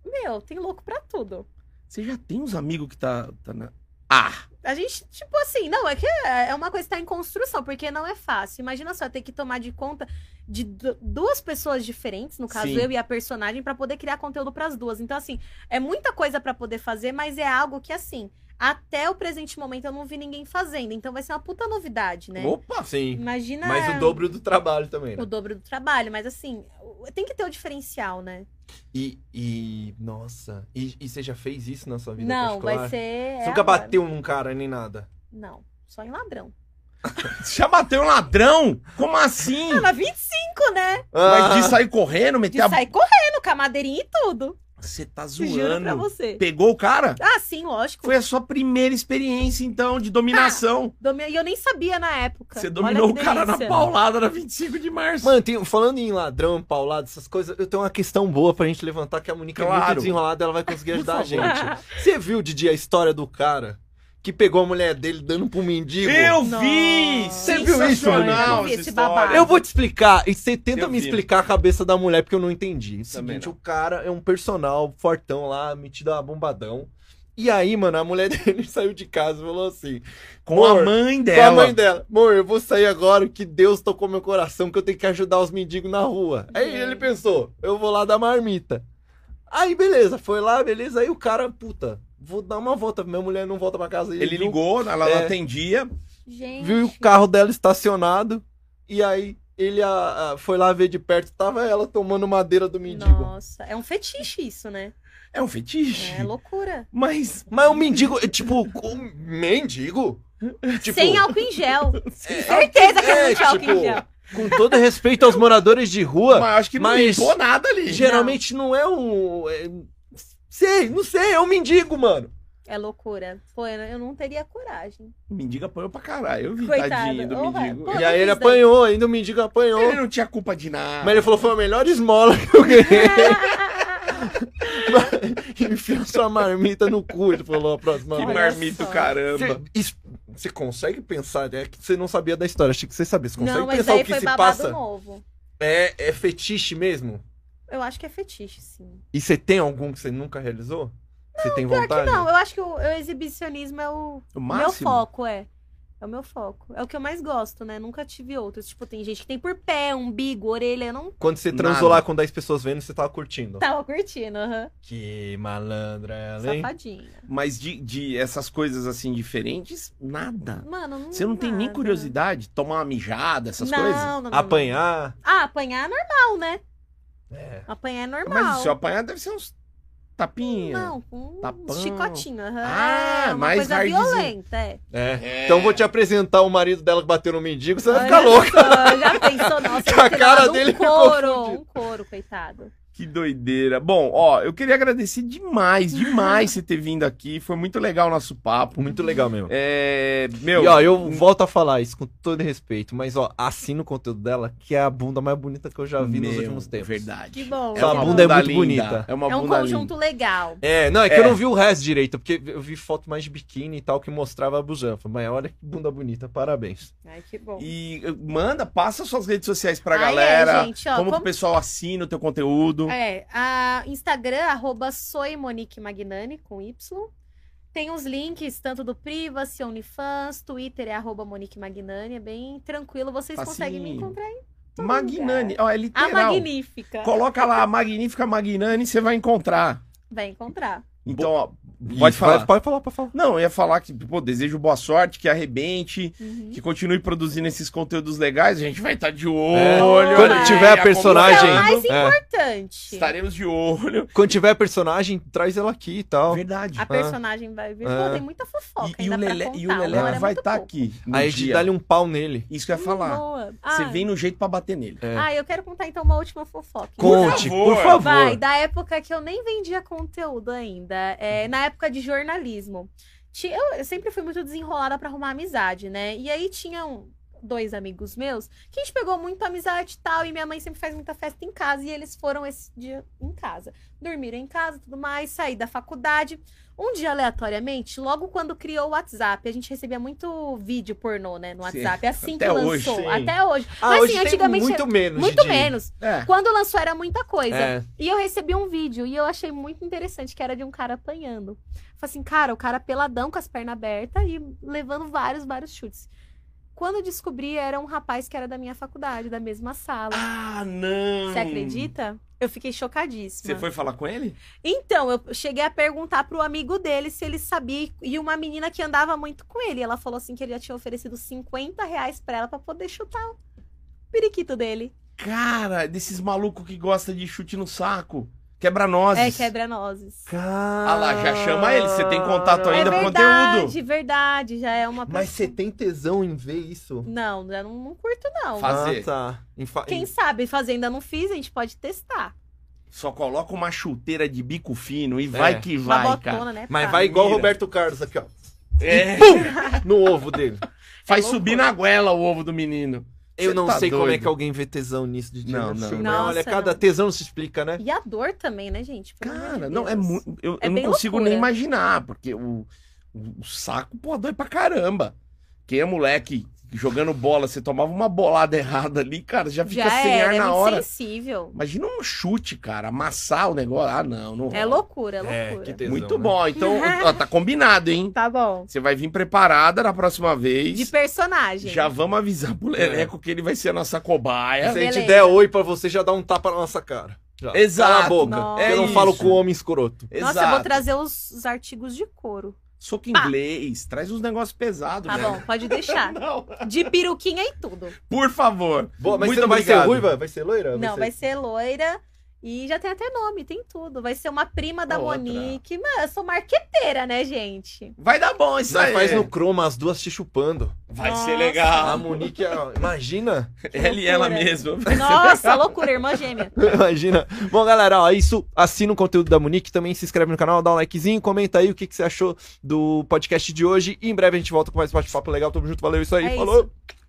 Meu, tem louco pra tudo.
Você já tem uns amigos que tá, tá na. Ah,
A gente, tipo assim, não, é que é é uma coisa que tá em construção, porque não é fácil. Imagina só ter que tomar de conta de du- duas pessoas diferentes, no caso
Sim.
eu e a personagem, pra poder criar conteúdo pras duas. Então, assim, é muita coisa pra poder fazer, mas é algo que, assim, até o presente momento eu não vi ninguém fazendo. Então vai ser uma puta novidade, né?
opa!
Sim.
Imagina.
Mas o dobro do trabalho também, né?
o dobro do trabalho, mas assim, tem que ter o diferencial, né?
E, e- nossa, e, e você já fez isso na sua vida
não,
particular?
vai ser. é
Você nunca
agora.
bateu num cara nem nada.
Não, só em ladrão.
Você já bateu um ladrão? Como assim?
Ah, mas 25, né?
Mas
Ah.
de sair correndo,
De
meter a.
sair correndo, com a madeirinha e tudo.
Você tá
Juro pra
zoando.
você.
Pegou o cara?
Ah, sim, lógico.
Foi a sua primeira experiência, então, de dominação.
Domi- E eu nem sabia na época.
Você
Olha
dominou o
que
cara na
delícia.
paulada na 25 de março.
Mano, tem- falando em ladrão, paulado, essas coisas, eu tenho uma questão boa pra gente levantar, que a Mônica é
Claro.
muito desenrolada, ela vai conseguir ajudar a
Por favor.
gente. Você viu, Didi, a história do cara que pegou a mulher dele dando pro mendigo?
Eu
Nossa.
vi!
Você
viu isso,
Sensacional
Manu? Eu vi
essa
esse
história.
babado.
Eu vou te explicar, e você tenta
Eu
me
vi.
explicar a cabeça da mulher, porque eu não entendi. O
Também
seguinte,
não.
o cara é um personal fortão lá, metido a bombadão. E aí, mano, a mulher dele saiu de casa e falou assim:
Com
Amor,
a mãe
Com
dela.
a mãe dela. Amor, eu vou sair agora que Deus tocou meu coração que eu tenho que ajudar os mendigos na rua. Aí
Gente.
Hum.
ele pensou, eu vou lá dar marmita. Aí beleza, foi lá, beleza. Aí o cara, puta, vou dar uma volta. Minha mulher não volta pra casa.
Ele
viu-
ligou, ela não
É.
atendia.
Gente.
Viu o carro dela estacionado. E aí ele a- a- foi lá ver de perto. Tava ela tomando madeira do mendigo.
Nossa, é um fetiche isso, né?
É um fetiche.
É loucura.
Mas
Mas o mendigo, é, tipo, o mendigo? Tipo,
Sem álcool em gel. Certeza que é,
é,
muito álcool em gel.
tipo, com todo respeito aos moradores de rua.
mas eu acho que não
Mas-
limpou nada ali.
Geralmente não, é um. é- Sei, não sei, é um mendigo, mano.
É loucura. Pô, eu eu não teria coragem.
O mendigo apanhou pra caralho. Eu vi,
Coitado.
tadinho do
Ô, vai,
mendigo.
pô.
e aí
não
ele
fiz
apanhou, ainda o mendigo apanhou.
Ele não tinha culpa de nada.
Mas ele falou: foi a melhor esmola que eu ganhei. Enfiou sua marmita no cu. Ele falou a próxima
Que
Olha
vez.
marmito,
só.
caramba.
Você- isso- Você consegue pensar, né? Que você não sabia da história, achei que você sabia. Você consegue
Não, mas
pensar o
aí
que
foi
se
babado
passa?
novo.
É, é fetiche mesmo?
Eu acho que é fetiche, sim.
E você tem algum que você nunca realizou? você tem
Pior
vontade?
que não, eu acho que o, o exibicionismo é o
O
meu
máximo.
foco, é. É o meu foco. É o que eu mais gosto, né? Nunca tive outros. Tipo, tem gente que tem por pé, umbigo, orelha. Eu não
Quando você transou
Nada.
lá com 10 pessoas vendo, você tava curtindo.
tava curtindo, aham.
Que malandra
Tá
ela, hein?
Safadinha.
Mas de, de essas coisas assim diferentes, nada.
Mano, não.
Você não tem nem
nada.
curiosidade? Tomar uma mijada, essas
não,
coisas?
Não, não, não.
Apanhar.
Ah, apanhar é normal, né?
É.
Apanhar é normal.
Mas se eu apanhar, deve ser uns tapinha.
Não, com
Tapão.
um chicotinho. aham.
Ah,
é uma
mais
coisa
hardzinho.
violenta, é.
É. Então vou te apresentar o marido dela que bateu no mendigo, você vai
Olha
ficar louca.
só, Já pensou,
A
nossa, eu
cara
cara
dele
dele um
ficou
couro,
fundida.
um couro, coitado.
Que doideira. Bom, ó, eu queria agradecer demais, demais você ter vindo aqui. Foi muito legal o nosso papo.
Muito legal mesmo.
É. Meu.
E ó, eu volto a falar isso com todo respeito, mas ó, assina o conteúdo dela, que é a bunda mais bonita que eu já vi nos
meu,
últimos tempos.
Verdade.
Que bom.
Essa
que
bunda
bom.
é muito bonita.
É uma
um É um
bunda
conjunto legal.
É, não, é que
É.
eu não vi o resto direito, porque eu vi foto mais de biquíni e tal que mostrava a bujanfa. Mas olha que bunda bonita, parabéns.
Ai, que bom.
linda. E eh, manda, passa suas redes sociais pra
Ai, é,
galera.
gente, ó,
como, que o
como-
pessoal assina o teu conteúdo.
É, a Instagram, arroba soy Monique Magnani, com Y. Tem os links, tanto do Privacy, OnlyFans, Twitter é arroba Monique Magnani, é bem tranquilo, vocês
Facinho.
conseguem me encontrar aí. todo
Magnani, ó, é
A
literal.
Magnífica.
Coloca lá, Magnífica Magnani, você vai encontrar.
Vai encontrar.
Então, ó, pode
Isso,
falar.
Pode, pode falar, pode falar.
Não, eu ia falar que, pô, desejo boa sorte, que arrebente,
Uhum.
que continue produzindo esses conteúdos legais. A gente vai estar de
É.
olho.
Olha,
Quando
né?
tiver a
Acompanhando.
personagem.
Isso é o mais
é,
Importante.
Estaremos de olho.
quando tiver a personagem, traz ela aqui e tal.
Verdade.
A personagem vai vir.
É.
Pô, tem muita fofoca
E, e o
ainda
Lelé,
pra contar.
e o Lelé
uma hora é
vai
muito
estar
pouco. Hum,
aqui. no
Aí a gente
dia.
dá-lhe um pau nele.
Isso que eu ia falar.
Boa.
Você
Ai,
vem no jeito pra bater nele.
É.
Ah, eu quero contar então uma última fofoca.
Conte,
favor.
por favor.
Vai, da época que eu nem vendia conteúdo ainda,
Uhum.
é, na época de jornalismo. Ti- Eu eu sempre fui muito desenrolada pra arrumar amizade, né? E aí tinham dois amigos meus que a gente pegou muito amizade e tal, e minha mãe sempre faz muita festa em casa, e eles foram esse dia em casa. Dormiram em casa, tudo mais, saí da faculdade. Um dia, aleatoriamente, logo quando criou o WhatsApp, a gente recebia muito vídeo pornô, né, no
Sim.
WhatsApp. É assim
Até
que lançou,
hoje, sim.
até hoje.
Ah,
Mas,
hoje
assim,
tem
antigamente
muito menos.
Muito
Didi.
menos.
É.
Quando lançou era muita coisa.
É.
E eu recebi um vídeo e eu achei muito interessante que era de um cara apanhando. Falei assim, cara, o cara peladão com as pernas abertas e levando vários, vários chutes. Quando eu descobri, era um rapaz que era da minha faculdade, da mesma sala.
Ah, não.
Tipo, Você acredita? Eu fiquei chocadíssima.
Você foi falar com ele?
Então, eu cheguei a perguntar pro amigo dele se ele sabia. E uma menina que andava muito com ele. Ela falou assim que ele já tinha oferecido 50 reais pra ela pra poder chutar o periquito dele.
Cara, desses malucos que gosta de chute no saco. Quebra nozes.
É, quebra-nozes.
Cara.
Ah lá, já chama ele, você tem contato
É
ainda pro
verdade,
conteúdo.
verdade. Já é uma
Mas você tem tesão em ver isso?
Não, já não, não curto, não.
Faz- Fazer.
Ah, tá. Em fa-
Quem
em-
sabe fazer ainda não fiz, a gente pode testar.
Só coloca uma chuteira de bico fino e vai que
Uma
vai, cara.
botona, né?
Mas
pá?
vai igual o
Mira.
Roberto Carlos aqui, ó.
É.
No ovo dele.
Faz
É
subir na goela o ovo do menino.
Eu
Cê
não
tá
sei como é
doido.
que alguém vê tesão nisso de né?
Não, não.
Olha,
Nossa,
cada
não.
tesão se explica, né?
E a dor também, né, gente? Pelo amor de
Cara, não, é
Deus.
muito. Eu,
É
eu não
bem
consigo
loucura.
nem imaginar, porque o, o saco, pô, dói pra caramba. Quem é moleque jogando bola, você tomava uma bolada errada ali, cara, já fica
Já
sem
era,
ar
é
na
muito
hora.
sensível.
Imagina um chute, cara, amassar o negócio. Ah, não, não.
É
rola.
loucura, é loucura.
que tesão,
Muito
né?
bom. Então, ó, tá combinado, hein?
Tá bom.
Você vai vir preparada na próxima vez.
De personagem.
Já vamos avisar pro
É.
Leleco que ele vai ser a nossa cobaia.
Se a gente
Beleza.
der oi pra você, já dá um tapa na nossa cara. Já.
Exato.
Cala a boca.
Nossa.
Eu não
É
falo
isso.
com homem escroto.
Nossa, eu vou trazer os, os artigos de couro.
Soco inglês, traz uns negócios pesados.
Tá
né?
bom, pode deixar.
Não.
De peruquinha e tudo.
Por favor.
Boa, mas
Muito
você não vai ser
obrigado.
ruiva? Vai ser loira?
Não, vai ser loira. E já tem até nome, tem tudo. Vai ser uma prima da
Outra.
Monique. Mano, eu sou marqueteira, né, gente?
Vai dar bom isso
Nós
aí.
faz no croma as duas se chupando.
Vai
Nossa.
ser
A
legal.
Monique, ó, imagina.
Ela e ela mesma. Vai ser
Nossa,
legal.
loucura, irmã gêmea.
Imagina. Bom, galera, ó, é isso. Assina o conteúdo da Monique, também se inscreve no canal, dá um likezinho, comenta aí o que, que você achou do podcast de hoje. E em breve a gente volta com mais bate-papo legal. Tamo junto, valeu, isso aí.
É
falou.
isso.